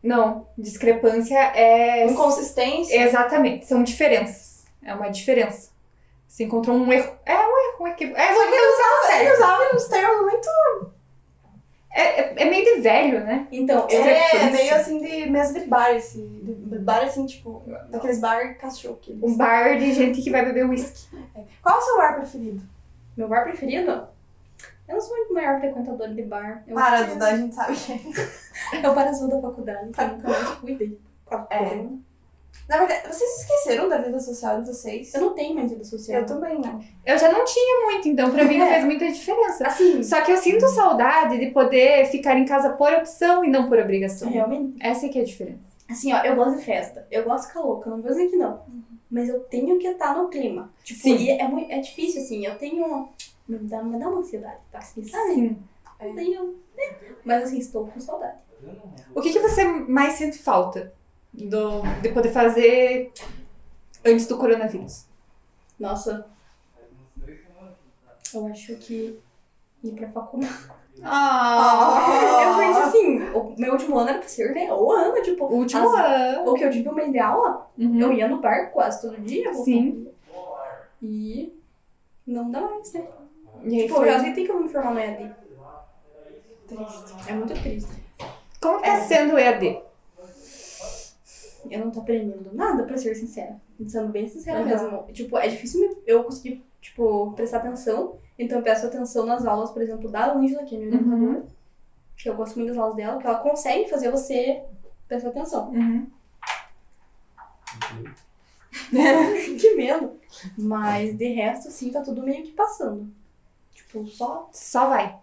[SPEAKER 2] Não, discrepância é.
[SPEAKER 1] Um Inconsistência?
[SPEAKER 2] Exatamente, são diferenças. É uma diferença. Você encontrou um erro. É um erro, um equívoco. É,
[SPEAKER 1] Só que
[SPEAKER 2] foi-
[SPEAKER 1] ele usava, ele usava uns termos muito.
[SPEAKER 2] é, é- é meio de velho, né?
[SPEAKER 3] Então, eu
[SPEAKER 1] É, meio assim de mesa de bar, assim. De bar, assim, tipo, daqueles bar cachorro. que eles-
[SPEAKER 2] Um bar de gente que vai beber um uísque.
[SPEAKER 1] Qual é o seu bar preferido?
[SPEAKER 3] Meu bar preferido? Eu não sou muito maior frequentadora de bar. Eu
[SPEAKER 1] Para,
[SPEAKER 3] acho que-
[SPEAKER 1] Duda, a gente sabe que é.
[SPEAKER 3] É o Parazu da faculdade, que eu nunca mais Tá cuidei.
[SPEAKER 1] É. Na verdade, vocês esqueceram da vida social de vocês?
[SPEAKER 3] Eu não tenho mais vida social.
[SPEAKER 1] Eu também não.
[SPEAKER 2] Eu já não tinha muito, então pra mim não
[SPEAKER 3] É.
[SPEAKER 2] fez muita diferença.
[SPEAKER 3] Assim,
[SPEAKER 2] Só que eu sinto saudade de poder ficar em casa por opção e não por obrigação.
[SPEAKER 3] realmente.
[SPEAKER 2] Essa que é a diferença.
[SPEAKER 3] Assim, ó, eu gosto de festa. Eu gosto de ficar louca, não vou dizer que não. Mas eu tenho que estar no clima. Tipo,
[SPEAKER 2] Sim.
[SPEAKER 3] e é, muito, é difícil, assim. Eu tenho. Me dá, me dá uma ansiedade, tá? Assim, sabe?
[SPEAKER 2] Sim.
[SPEAKER 3] Eu tenho. né? Mas assim, estou com saudade.
[SPEAKER 2] O que, que você mais sente falta do, de poder fazer antes do coronavírus?
[SPEAKER 3] Nossa. Eu acho que ir pra faculdade. Ah.
[SPEAKER 2] Ah.
[SPEAKER 3] *laughs* Eu penso assim, o meu último ano era pra ser, né? O ano, tipo.
[SPEAKER 2] O último
[SPEAKER 3] as-
[SPEAKER 2] ano.
[SPEAKER 3] O que eu tive um mês de aula,
[SPEAKER 2] Uhum.
[SPEAKER 3] eu ia no bar quase todo dia. voltava.
[SPEAKER 2] Sim.
[SPEAKER 3] E não dá mais, né?
[SPEAKER 2] E aí
[SPEAKER 3] Tipo, eu
[SPEAKER 2] foi.
[SPEAKER 3] aceitei que eu vou me formar no EAD. É muito triste.
[SPEAKER 2] Como que tá sendo o EAD?
[SPEAKER 3] Eu não tô aprendendo nada, pra ser sincera. Sendo bem sincera
[SPEAKER 2] Uhum.
[SPEAKER 3] mesmo. Tipo, é difícil me- eu conseguir, tipo, prestar atenção. Então eu peço atenção nas aulas, por exemplo, da Ângela, que é minha
[SPEAKER 2] Uhum.
[SPEAKER 3] orientadora. Que eu gosto muito das aulas dela, que ela consegue fazer você prestar atenção.
[SPEAKER 2] Uhum.
[SPEAKER 3] *laughs* que medo! Mas de resto, sim, tá tudo meio que passando. Tipo, só
[SPEAKER 2] Só vai.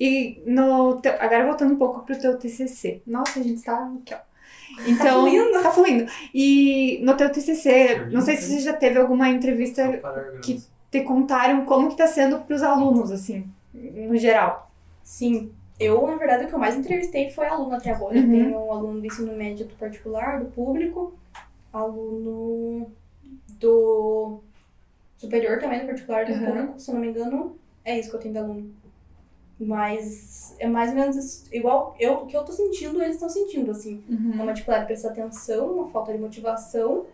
[SPEAKER 2] E no teu- agora voltando um pouco pro teu TCC. Nossa, a gente tá aqui, ó. Então,
[SPEAKER 3] fluindo.
[SPEAKER 2] tá fluindo. E no teu TCC, não sei se você já teve alguma entrevista que- te contaram como que tá sendo pros alunos, assim, no geral.
[SPEAKER 3] Sim. Eu, na verdade, o que eu mais entrevistei foi aluno até agora. Eu
[SPEAKER 2] Uhum.
[SPEAKER 3] tenho um aluno do ensino médio do particular, do público, aluno do superior também, do particular e do
[SPEAKER 2] Uhum.
[SPEAKER 3] público, se eu não me engano, é isso que eu tenho de aluno. Mas é mais ou menos isso. igual eu, o que eu tô sentindo, eles estão sentindo, assim. É uma dificuldade de prestar atenção, uma falta de motivação,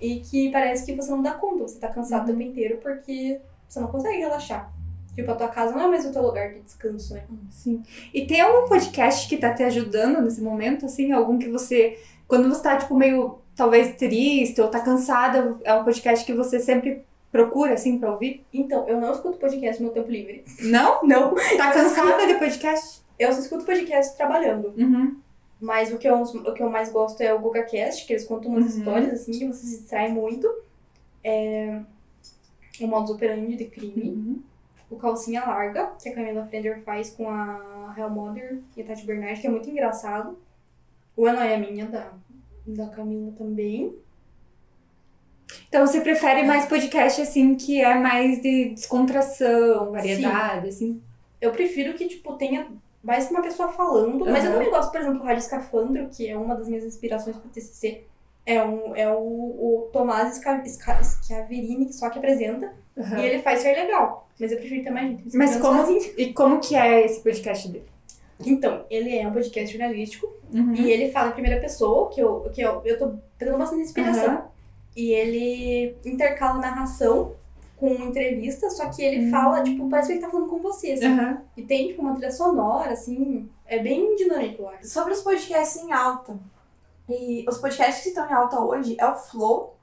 [SPEAKER 3] e que parece que você não dá conta, você tá cansado o tempo inteiro porque você não consegue relaxar. Tipo, a tua casa não é mais o teu lugar de descanso, né?
[SPEAKER 2] Sim. E tem algum podcast que tá te ajudando nesse momento, assim? Algum que você. Quando você tá, tipo, meio talvez triste ou tá cansada, é um podcast que você sempre procura, assim, pra ouvir?
[SPEAKER 3] Então, eu não escuto podcast no meu tempo livre.
[SPEAKER 2] Não?
[SPEAKER 3] *laughs* Não.
[SPEAKER 2] Tá cansada de podcast?
[SPEAKER 3] Eu só escuto podcast trabalhando.
[SPEAKER 2] Uhum.
[SPEAKER 3] Mas o que eu, o que eu mais gosto é o GugaCast, que eles contam umas
[SPEAKER 2] Uhum.
[SPEAKER 3] histórias assim que você se distrai muito. É... O modus operandi de crime.
[SPEAKER 2] Uhum.
[SPEAKER 3] O Calcinha Larga, que a Camila Frender faz com a Real Mother e a Tati Bernard, que é muito engraçado. O Ela é Minha, da, da Camila também.
[SPEAKER 2] Então você prefere mais podcast, assim, que é mais de descontração, variedade, assim?
[SPEAKER 3] Eu prefiro que, tipo, tenha mais uma pessoa falando. Mas eu
[SPEAKER 2] Aham.
[SPEAKER 3] também gosto, por exemplo, do Rádio Escafandro, que é uma das minhas inspirações pro TCC. É, um, é o, o Tomás Sca- Sca- Schiaverini, que só que apresenta. E ele faz ser legal. Mas eu prefiro ter mais gente.
[SPEAKER 2] Mas
[SPEAKER 3] Eu
[SPEAKER 2] como-
[SPEAKER 3] sozinha.
[SPEAKER 2] E como que é esse podcast dele?
[SPEAKER 3] Então, ele é um podcast jornalístico.
[SPEAKER 2] Uhum.
[SPEAKER 3] E ele fala em primeira pessoa, que eu, que eu, eu tô pegando bastante inspiração.
[SPEAKER 2] Aham.
[SPEAKER 3] E ele intercala narração com entrevista, só que ele
[SPEAKER 2] Hum.
[SPEAKER 3] fala, tipo, parece que ele tá falando com você, assim.
[SPEAKER 2] Aham.
[SPEAKER 3] E tem, tipo, uma trilha sonora, assim, é bem dinâmico, eu acho.
[SPEAKER 1] Sobre os podcasts em alta. E os podcasts que estão em alta hoje é o Flow,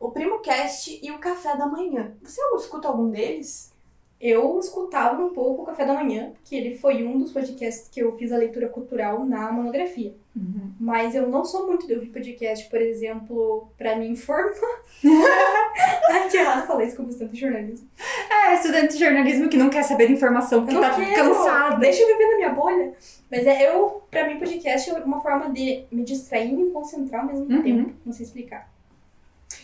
[SPEAKER 1] o Primocast e o Café da Manhã. Você escuta algum deles?
[SPEAKER 3] Eu escutava um pouco o Café da Manhã, que ele foi um dos podcasts que eu fiz a leitura cultural na monografia.
[SPEAKER 2] Uhum.
[SPEAKER 3] Mas eu não sou muito de ouvir podcast, por exemplo, pra me informar. Ai, que errado falar isso com bastante jornalismo.
[SPEAKER 2] É, a estudante de jornalismo que não quer saber de informação porque
[SPEAKER 3] Eu não
[SPEAKER 2] tá
[SPEAKER 3] quero.
[SPEAKER 2] cansada.
[SPEAKER 3] Deixa eu viver na minha bolha. Mas é, eu, pra mim, podcast é uma forma de me distrair e me concentrar ao mesmo
[SPEAKER 2] Uhum.
[SPEAKER 3] tempo. Não sei explicar.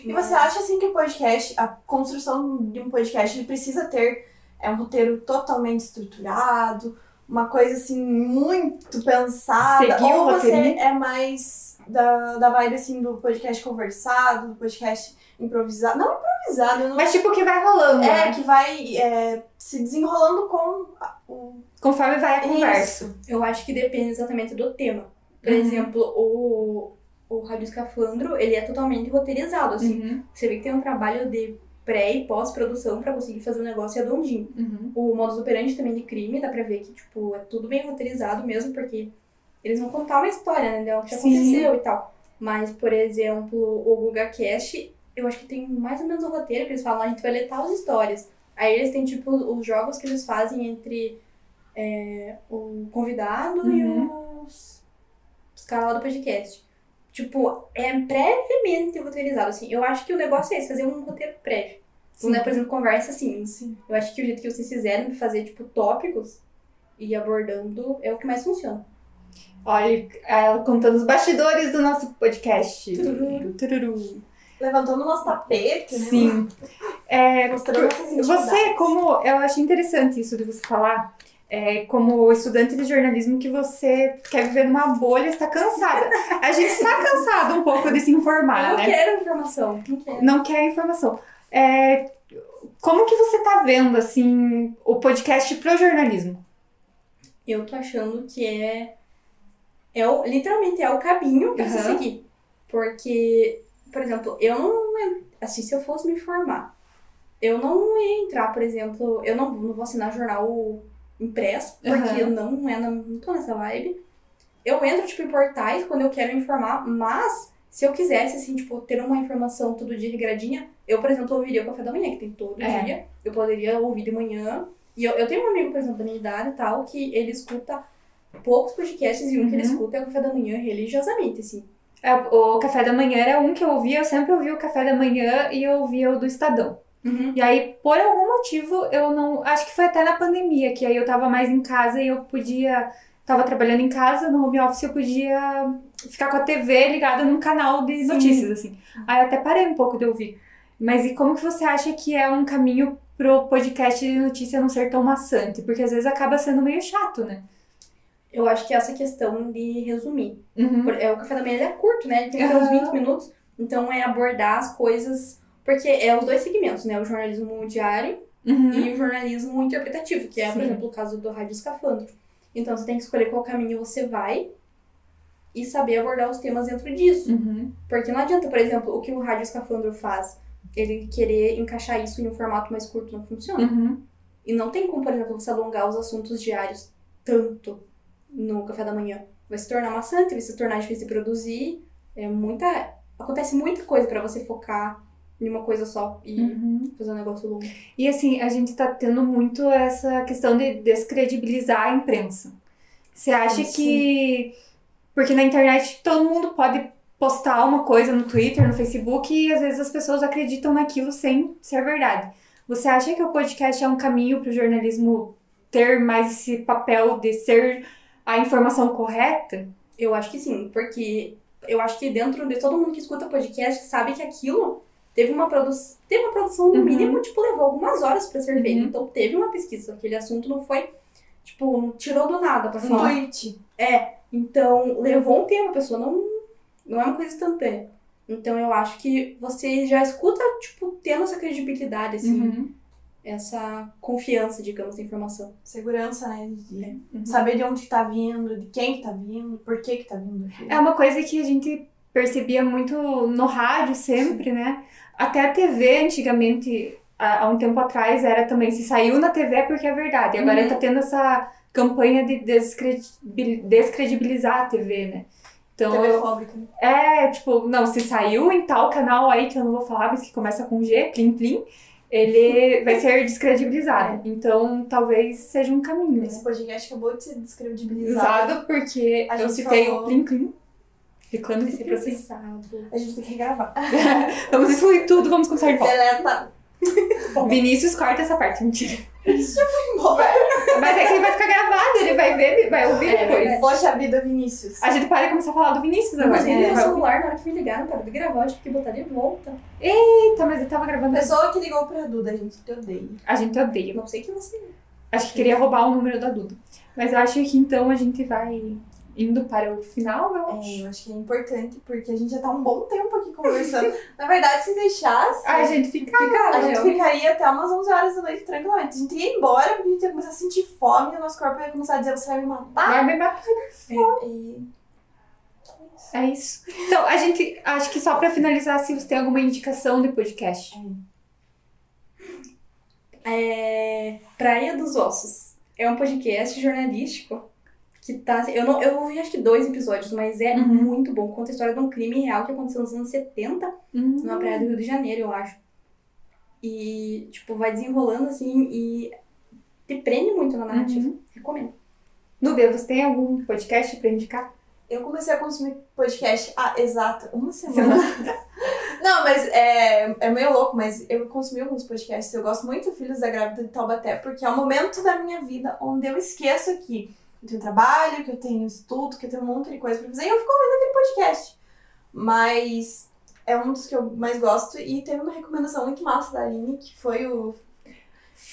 [SPEAKER 1] E você acha assim que o podcast, a construção de um podcast, ele precisa ter é, um roteiro totalmente estruturado, uma coisa assim muito pensada?
[SPEAKER 2] Seguir o
[SPEAKER 1] ou você
[SPEAKER 2] roteirinho?
[SPEAKER 1] é mais da, da vibe assim do podcast conversado, do podcast improvisado? Não improvisado, não.
[SPEAKER 2] Mas tipo, que vai rolando,
[SPEAKER 1] é
[SPEAKER 2] né?
[SPEAKER 1] que vai é, se desenrolando com a- o
[SPEAKER 2] Conforme vai a conversa.
[SPEAKER 1] Isso.
[SPEAKER 3] Eu acho que depende exatamente do tema. Por
[SPEAKER 2] Uhum.
[SPEAKER 3] exemplo, o, o Rádio Escafandro, ele é totalmente roteirizado, assim.
[SPEAKER 2] Uhum,
[SPEAKER 3] Você vê que tem um trabalho de pré e pós-produção pra conseguir fazer um negócio redondinho.
[SPEAKER 2] uhum.
[SPEAKER 3] O modus operandi também de crime, dá pra ver que, tipo, é tudo bem roteirizado mesmo, porque eles vão contar uma história, né? De algo que
[SPEAKER 2] Sim.
[SPEAKER 3] aconteceu e tal. Mas, por exemplo, o GugaCast, eu acho que tem mais ou menos um roteiro que eles falam, a gente vai letar as histórias. Aí eles têm, tipo, os jogos que eles fazem entre é, o convidado
[SPEAKER 1] Uhum.
[SPEAKER 3] e os, os caras lá do podcast. Tipo, é previamente roteirizado, assim. Eu acho que o negócio é esse, fazer um roteiro prévio. Não é, por exemplo, conversa assim. Eu acho que o jeito que vocês fizeram de fazer, tipo, tópicos e ir abordando é o que mais funciona.
[SPEAKER 2] Olha, ela contando os bastidores do nosso podcast.
[SPEAKER 3] Tururu.
[SPEAKER 2] Tururu.
[SPEAKER 1] levantando o nosso tapete, né?
[SPEAKER 2] Sim. É,
[SPEAKER 1] Mostrando nossas
[SPEAKER 2] Você, é
[SPEAKER 1] intimidades.
[SPEAKER 2] como. Eu achei interessante isso de você falar. é, como estudante de jornalismo, que você quer viver numa bolha, está cansada. A gente está cansado um pouco de se informar,
[SPEAKER 3] eu
[SPEAKER 2] né?
[SPEAKER 3] quero informação. Não quero.
[SPEAKER 2] Não quer informação. É, como que você tá vendo, assim, o podcast pro jornalismo?
[SPEAKER 3] Eu tô achando que é. é o, literalmente é o caminho pra você
[SPEAKER 2] Aham.
[SPEAKER 3] seguir. Porque, por exemplo, eu não. en- Assim, se eu fosse me informar, eu não ia entrar, por exemplo, eu não, não vou assinar jornal impresso, porque
[SPEAKER 2] Aham.
[SPEAKER 3] eu não, é, na- não tô nessa vibe. Eu entro, tipo, em portais quando eu quero me informar, mas se eu quisesse, assim, tipo, ter uma informação todo dia regradinha, eu, por exemplo, ouviria o café da manhã, que tem todo
[SPEAKER 2] É.
[SPEAKER 3] dia. Eu poderia ouvir de manhã, e eu, eu tenho um amigo, por exemplo, da minha idade e tal, que ele escuta poucos podcasts e um que ele
[SPEAKER 2] Uhum.
[SPEAKER 3] escuta é o café da manhã religiosamente, assim.
[SPEAKER 2] É, O Café da Manhã era um que eu ouvia, eu sempre ouvia o Café da Manhã e eu ouvia o do Estadão. E aí, por algum motivo, eu não. Acho que foi até na pandemia, que aí eu tava mais em casa e eu podia. Tava trabalhando em casa, no home office, eu podia ficar com a TV ligada num canal de notícias, assim. Aí eu até parei um pouco de ouvir. Mas e como que você acha que é um caminho pro podcast de notícia não ser tão maçante? Porque às vezes acaba sendo meio chato, né?
[SPEAKER 3] Eu acho que essa questão de resumir.
[SPEAKER 2] Uhum.
[SPEAKER 3] Por- é, o café da manhã ele é curto, né? Ele tem até uns
[SPEAKER 2] Aham.
[SPEAKER 3] 20 minutos. Então é abordar as coisas. Porque é os dois segmentos, né? O jornalismo diário
[SPEAKER 2] Uhum.
[SPEAKER 3] e o jornalismo interpretativo, que é, por
[SPEAKER 2] Sim.
[SPEAKER 3] exemplo, o caso do Rádio Escafandro. Então você tem que escolher qual caminho você vai e saber abordar os temas dentro disso.
[SPEAKER 2] Uhum.
[SPEAKER 3] Porque não adianta, por exemplo, o que o Rádio Escafandro faz, ele querer encaixar isso em um formato mais curto, não funciona.
[SPEAKER 2] Uhum.
[SPEAKER 3] E não tem como, por exemplo, você alongar os assuntos diários tanto no café da manhã. Vai se tornar maçante, vai se tornar difícil de produzir. É muita. Acontece muita coisa pra você focar em uma coisa só e
[SPEAKER 2] Uhum.
[SPEAKER 3] fazer um negócio longo.
[SPEAKER 2] E assim, a gente tá tendo muito essa questão de descredibilizar a imprensa. Você acha
[SPEAKER 1] Sim.
[SPEAKER 2] que. Porque na internet todo mundo pode postar uma coisa no Twitter, no Facebook, e às vezes as pessoas acreditam naquilo sem ser verdade. Você acha que o podcast é um caminho para o jornalismo ter mais esse papel de ser a informação correta?
[SPEAKER 3] Eu acho que sim, porque eu acho que dentro de todo mundo que escuta podcast sabe que aquilo teve uma produção, teve uma produção no
[SPEAKER 2] Uhum.
[SPEAKER 3] mínimo, tipo, levou algumas horas pra ser feito.
[SPEAKER 2] Uhum.
[SPEAKER 3] Então teve uma pesquisa, aquele assunto não foi tipo, não tirou do nada pra
[SPEAKER 1] Um
[SPEAKER 3] falar.
[SPEAKER 1] tweet.
[SPEAKER 3] Então levou um tempo, a pessoa não não é uma coisa instantânea. Então eu acho que você já escuta, tipo, tendo essa credibilidade assim,
[SPEAKER 2] Uhum.
[SPEAKER 3] essa confiança, digamos, da informação.
[SPEAKER 1] Segurança, né? de-
[SPEAKER 2] Uhum.
[SPEAKER 1] Saber de onde que tá vindo, de quem que tá vindo, por que que tá vindo aquilo.
[SPEAKER 2] É uma coisa que a gente percebia muito no rádio sempre, né? Até a TV antigamente, há há um tempo atrás, era também se saiu na TV é porque é verdade. E agora
[SPEAKER 3] Uhum.
[SPEAKER 2] tá tendo essa campanha de descredibil- descredibilizar a TV, né? Então,
[SPEAKER 1] TV fóbica. né?
[SPEAKER 2] é tipo, não, se saiu em tal canal aí que eu não vou falar, mas que começa com G, plim plim, ele vai ser descredibilizado. Então, talvez seja um caminho. né?
[SPEAKER 1] Esse podcast acabou de ser descredibilizado.
[SPEAKER 2] Usado porque
[SPEAKER 1] A
[SPEAKER 2] eu
[SPEAKER 1] gente
[SPEAKER 2] citei o
[SPEAKER 1] falou-
[SPEAKER 2] plim plim. Reclame
[SPEAKER 3] Vai
[SPEAKER 2] desse
[SPEAKER 3] ser
[SPEAKER 2] processo.
[SPEAKER 3] processado.
[SPEAKER 2] Tá
[SPEAKER 1] A gente tem que regravar.
[SPEAKER 2] *laughs* Vamos excluir tudo, vamos começar de volta.
[SPEAKER 1] Deleta
[SPEAKER 2] Vinícius corta essa parte, mentira.
[SPEAKER 1] Embora.
[SPEAKER 2] Mas é que ele vai ficar gravado, ele vai ver, ele vai ouvir
[SPEAKER 3] É
[SPEAKER 2] depois.
[SPEAKER 3] verdade.
[SPEAKER 1] Poxa vida, Vinícius.
[SPEAKER 2] A gente para e começa a falar do Vinícius agora.
[SPEAKER 3] Imagina
[SPEAKER 2] né?
[SPEAKER 3] meu celular na hora que me ligaram, para de gravar, eu tive que botar de volta.
[SPEAKER 2] Eita, mas eu tava
[SPEAKER 1] A
[SPEAKER 2] gravando. assim."
[SPEAKER 1] pessoa que ligou pra Duda, gente, que odeia.
[SPEAKER 2] A gente odeia.
[SPEAKER 3] Não sei que você.
[SPEAKER 2] Acho que queria roubar o número da Duda. Mas eu acho que então a gente vai indo para o final, eu
[SPEAKER 1] É, eu acho que é importante, porque a gente já tá um bom tempo aqui conversando. Na verdade, se deixasse,
[SPEAKER 2] A gente fica.
[SPEAKER 1] a
[SPEAKER 3] Ficaram,
[SPEAKER 1] gente
[SPEAKER 3] eu.
[SPEAKER 1] ficaria até umas 11 horas da noite tranquilamente. A gente ia embora, porque a gente ia começar a sentir fome, e o nosso corpo ia começar a dizer, você vai me matar.
[SPEAKER 2] Vai bem bacana.
[SPEAKER 1] E...
[SPEAKER 2] É isso. Então, a gente. Acho que só pra finalizar, se você tem alguma indicação de podcast.
[SPEAKER 3] É... Praia dos Ossos. É um podcast jornalístico que tá. Eu, não, eu ouvi acho que dois episódios, mas é
[SPEAKER 2] Uhum.
[SPEAKER 3] muito bom. Conta a história de um crime real que aconteceu nos anos 70
[SPEAKER 2] Hum.
[SPEAKER 3] numa praia do Rio de Janeiro, eu acho. E, tipo, vai desenrolando assim e te prende muito na narrativa.
[SPEAKER 2] Uhum.
[SPEAKER 3] Recomendo.
[SPEAKER 2] Nubia, você tem algum podcast pra indicar?
[SPEAKER 1] Eu comecei a consumir podcast há exata uma semana. *laughs* Não, mas é, é meio louco, mas eu consumi alguns podcasts. Eu gosto muito do Filhos da Grávida de Taubaté, porque é o momento da minha vida onde eu esqueço que eu tenho trabalho, que eu tenho estudo, que eu tenho um monte de coisa pra fazer, e eu fico ouvindo aquele podcast. Mas é um dos que eu mais gosto, e teve uma recomendação muito massa da Aline, que foi o...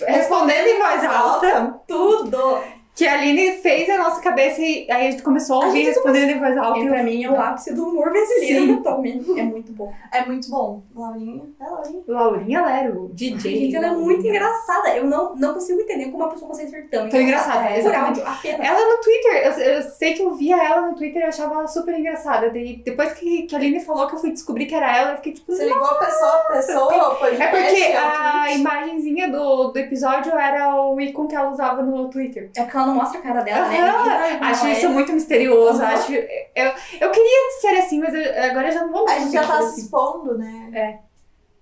[SPEAKER 1] é,
[SPEAKER 2] Respondendo em voz alta,
[SPEAKER 3] Tudo!
[SPEAKER 2] que a Aline fez a nossa cabeça e aí a gente começou a
[SPEAKER 1] A
[SPEAKER 2] ouvir
[SPEAKER 1] gente
[SPEAKER 2] respondendo em voz alta.
[SPEAKER 3] E pra mim é o ápice do humor brasileiro atualmente. É muito bom.
[SPEAKER 1] É muito bom. Laurinha, é Laurinha.
[SPEAKER 2] Laurinha Lero, DJ.
[SPEAKER 3] Gente, ela é muito engraçada. Eu não, não consigo entender como uma pessoa consegue ser tão
[SPEAKER 2] Tão engraçada,
[SPEAKER 3] É, Por
[SPEAKER 2] exatamente.
[SPEAKER 3] áudio apenas.
[SPEAKER 2] Ela é no Twitter, eu, eu sei que eu via ela no Twitter e eu achava ela super engraçada. Daí, depois que, que a Aline falou que eu fui descobrir que era ela, eu fiquei tipo.
[SPEAKER 1] Você ligou a pessoa, a pessoa, o podcast,
[SPEAKER 2] É porque
[SPEAKER 1] o
[SPEAKER 2] a
[SPEAKER 1] tweet.
[SPEAKER 2] imagenzinha do, do episódio era o ícone que ela usava no Twitter.
[SPEAKER 3] É porque ela não mostra a cara dela, né?
[SPEAKER 2] Aham.
[SPEAKER 3] Ninguém sabe como
[SPEAKER 2] Acho
[SPEAKER 3] ela
[SPEAKER 2] isso
[SPEAKER 3] é.
[SPEAKER 2] muito misterioso.
[SPEAKER 1] Aham.
[SPEAKER 2] Acho, eu, eu queria ser assim, mas eu- agora eu já não vou
[SPEAKER 1] A
[SPEAKER 2] mais
[SPEAKER 1] gente
[SPEAKER 2] ser
[SPEAKER 1] já tá se
[SPEAKER 2] assim.
[SPEAKER 1] expondo, né?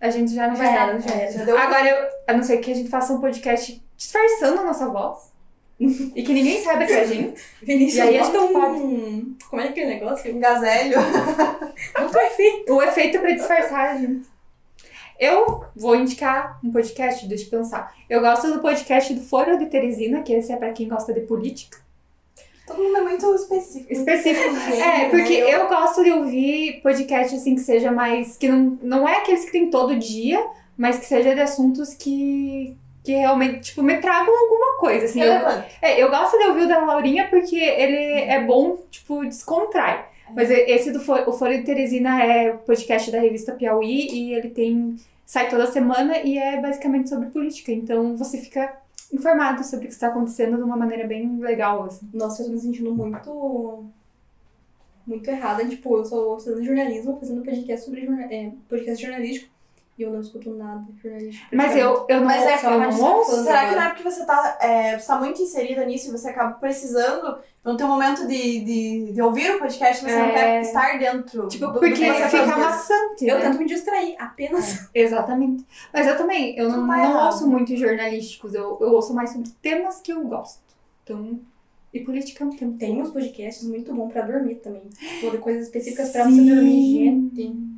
[SPEAKER 2] A gente já não
[SPEAKER 3] Já
[SPEAKER 2] vai
[SPEAKER 3] era,
[SPEAKER 2] nada.
[SPEAKER 3] já era.
[SPEAKER 1] Já deu um
[SPEAKER 2] Agora, É. eu, a não ser que a gente faça um podcast disfarçando a nossa voz. *laughs* e que ninguém saiba que é a gente.
[SPEAKER 3] Vinícius,
[SPEAKER 2] E aí a
[SPEAKER 3] bota
[SPEAKER 2] gente
[SPEAKER 3] um... Como é que é o negócio?
[SPEAKER 1] um gazelho.
[SPEAKER 3] Muito perfeito.
[SPEAKER 2] O efeito é pra disfarçar a gente. Eu vou indicar um podcast, deixa eu pensar. Eu gosto do podcast do Foro de Teresina, que esse é pra quem gosta de política.
[SPEAKER 1] Todo mundo é muito específico. né?
[SPEAKER 2] Específico. É, porque eu gosto de ouvir podcast assim que seja mais. que não, não é aqueles que tem todo dia, mas que seja de assuntos que. que realmente, tipo, me tragam alguma coisa. Assim. Eu,
[SPEAKER 1] Relevante.
[SPEAKER 2] é, eu gosto de ouvir o da Laurinha porque ele é bom, tipo, descontrai. Mas e- esse do Fo- o Folha de Teresina é o podcast da revista Piauí e ele tem. sai toda semana e é basicamente sobre política. Então você fica informado sobre o que está acontecendo de uma maneira bem legal, assim.
[SPEAKER 3] Nossa, eu tô me sentindo muito. Muito errada. Tipo, eu sou fazendo jornalismo, fazendo podcast sobre jorna- é, podcast jornalístico. E eu não escuto nada jornalístico.
[SPEAKER 2] Mas eu, eu não,
[SPEAKER 1] Mas é
[SPEAKER 2] eu não
[SPEAKER 3] mais
[SPEAKER 2] ouço.
[SPEAKER 3] gosto
[SPEAKER 1] Será
[SPEAKER 3] agora.
[SPEAKER 1] que não é porque você tá, é, você tá muito inserida nisso e você acaba precisando, no teu momento de, de, de ouvir o podcast, você
[SPEAKER 2] É.
[SPEAKER 1] não quer estar dentro
[SPEAKER 2] Tipo,
[SPEAKER 1] tá do, do
[SPEAKER 2] porque
[SPEAKER 1] que você faz
[SPEAKER 2] fica
[SPEAKER 1] mesmo.
[SPEAKER 2] maçante.
[SPEAKER 3] Eu
[SPEAKER 2] né? É.
[SPEAKER 3] tento me distrair, apenas.
[SPEAKER 2] Exatamente. Mas eu também, eu não,
[SPEAKER 1] Não tá
[SPEAKER 2] não
[SPEAKER 1] errado.
[SPEAKER 2] ouço muito jornalísticos, eu, eu ouço mais sobre temas que eu gosto. Então, e política é um tema.
[SPEAKER 3] Tem uns podcasts muito bons pra dormir também. Tipo, de coisas específicas pra
[SPEAKER 2] Sim.
[SPEAKER 3] você dormir, gente.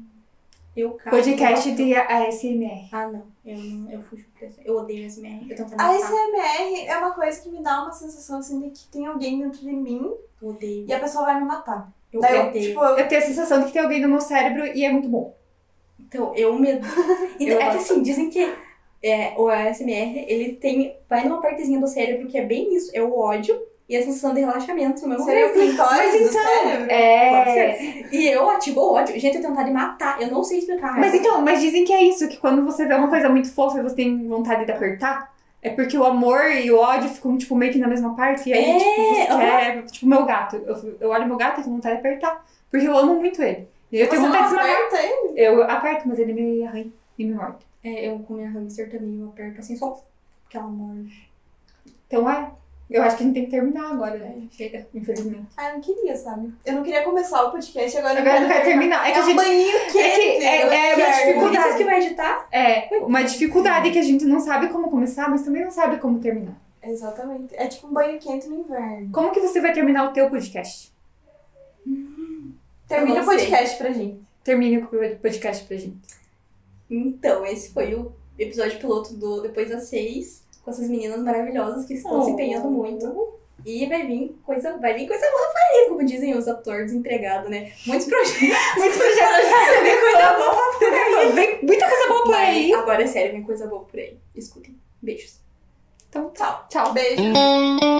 [SPEAKER 3] Eu caio.
[SPEAKER 2] Podcast de ASMR.
[SPEAKER 3] Ah, não. Eu, não- eu fujo pra esse- Eu odeio SMR. Eu tento
[SPEAKER 2] Ah,
[SPEAKER 1] A
[SPEAKER 3] matar.
[SPEAKER 1] ASMR é uma coisa que me dá uma sensação assim de que tem alguém dentro de mim
[SPEAKER 3] Eu odeio.
[SPEAKER 1] e a pessoa vai me matar.
[SPEAKER 3] Eu
[SPEAKER 1] Daí eu,
[SPEAKER 3] odeio.
[SPEAKER 1] tipo, eu-
[SPEAKER 2] Eu tenho a sensação de que tem alguém no meu cérebro e é muito bom.
[SPEAKER 3] Então, eu
[SPEAKER 2] *laughs*
[SPEAKER 3] me. Então,
[SPEAKER 2] Eu
[SPEAKER 3] é que
[SPEAKER 2] gosto.
[SPEAKER 3] assim, dizem que é, o ASMR, ele tem. Vai numa partezinha do cérebro que é bem isso, é o ódio e a sensação de relaxamento no mesmo
[SPEAKER 1] seria o
[SPEAKER 3] tempo.
[SPEAKER 1] clitóris
[SPEAKER 2] Mas
[SPEAKER 1] do
[SPEAKER 2] então,
[SPEAKER 1] cérebro.
[SPEAKER 3] Pode
[SPEAKER 2] É.
[SPEAKER 3] ser. E eu ativo o ódio. Gente, eu tenho vontade de matar. Eu não sei explicar.
[SPEAKER 2] Mas então, mas dizem que é isso, que quando você vê uma coisa muito fofa e você tem vontade de apertar, é porque o amor e o ódio ficam, tipo, meio que na mesma parte. E aí,
[SPEAKER 3] É,
[SPEAKER 2] tipo, você
[SPEAKER 3] aham.
[SPEAKER 2] quer. Tipo, meu gato. Eu, eu olho meu gato e tenho vontade de apertar. Porque eu amo muito ele. E eu tenho
[SPEAKER 3] tá
[SPEAKER 1] Você não
[SPEAKER 2] vontade de esmagar.
[SPEAKER 1] aperta ele.
[SPEAKER 2] Eu aperto, mas ele me arranha e me morde.
[SPEAKER 3] É, eu com minha hamster também, eu aperto assim só. Porque ela morde.
[SPEAKER 2] Então é. Eu acho que a gente tem que terminar agora, né?
[SPEAKER 3] Chega.
[SPEAKER 2] Infelizmente.
[SPEAKER 1] Ah, eu não queria, sabe? Eu não queria começar o podcast, agora eu
[SPEAKER 2] Agora não
[SPEAKER 1] quero
[SPEAKER 2] quer terminar. É que a
[SPEAKER 1] um
[SPEAKER 2] gente.
[SPEAKER 1] banho quente.
[SPEAKER 2] é que- é-
[SPEAKER 1] eu
[SPEAKER 2] é uma
[SPEAKER 1] quero.
[SPEAKER 2] dificuldade.
[SPEAKER 3] Vocês que vai editar?
[SPEAKER 2] É uma dificuldade que a gente não sabe como começar, mas também não sabe como terminar.
[SPEAKER 1] Exatamente. É tipo um banho quente no inverno.
[SPEAKER 2] Como que você vai terminar o teu podcast?
[SPEAKER 1] Termina
[SPEAKER 3] Eu
[SPEAKER 1] o
[SPEAKER 3] não sei.
[SPEAKER 1] podcast pra gente.
[SPEAKER 2] Termine com o podcast pra gente.
[SPEAKER 3] Então, esse foi o episódio piloto do Depois das Seis, com essas meninas maravilhosas que estão se
[SPEAKER 2] Oh.
[SPEAKER 3] empenhando muito. E vai vir coisa, vai vir coisa boa pra ele, como dizem os atores desempregados, né? Muitos projetos.
[SPEAKER 1] Muitos
[SPEAKER 3] *laughs*
[SPEAKER 1] projetos já
[SPEAKER 3] vem coisa boa
[SPEAKER 2] *laughs* Vem muita coisa boa por
[SPEAKER 3] Mas
[SPEAKER 2] aí.
[SPEAKER 3] agora é sério, vem coisa boa por aí. Escutem. Beijos.
[SPEAKER 2] Então, tchau. Tchau.
[SPEAKER 1] Beijo.
[SPEAKER 5] Thank you.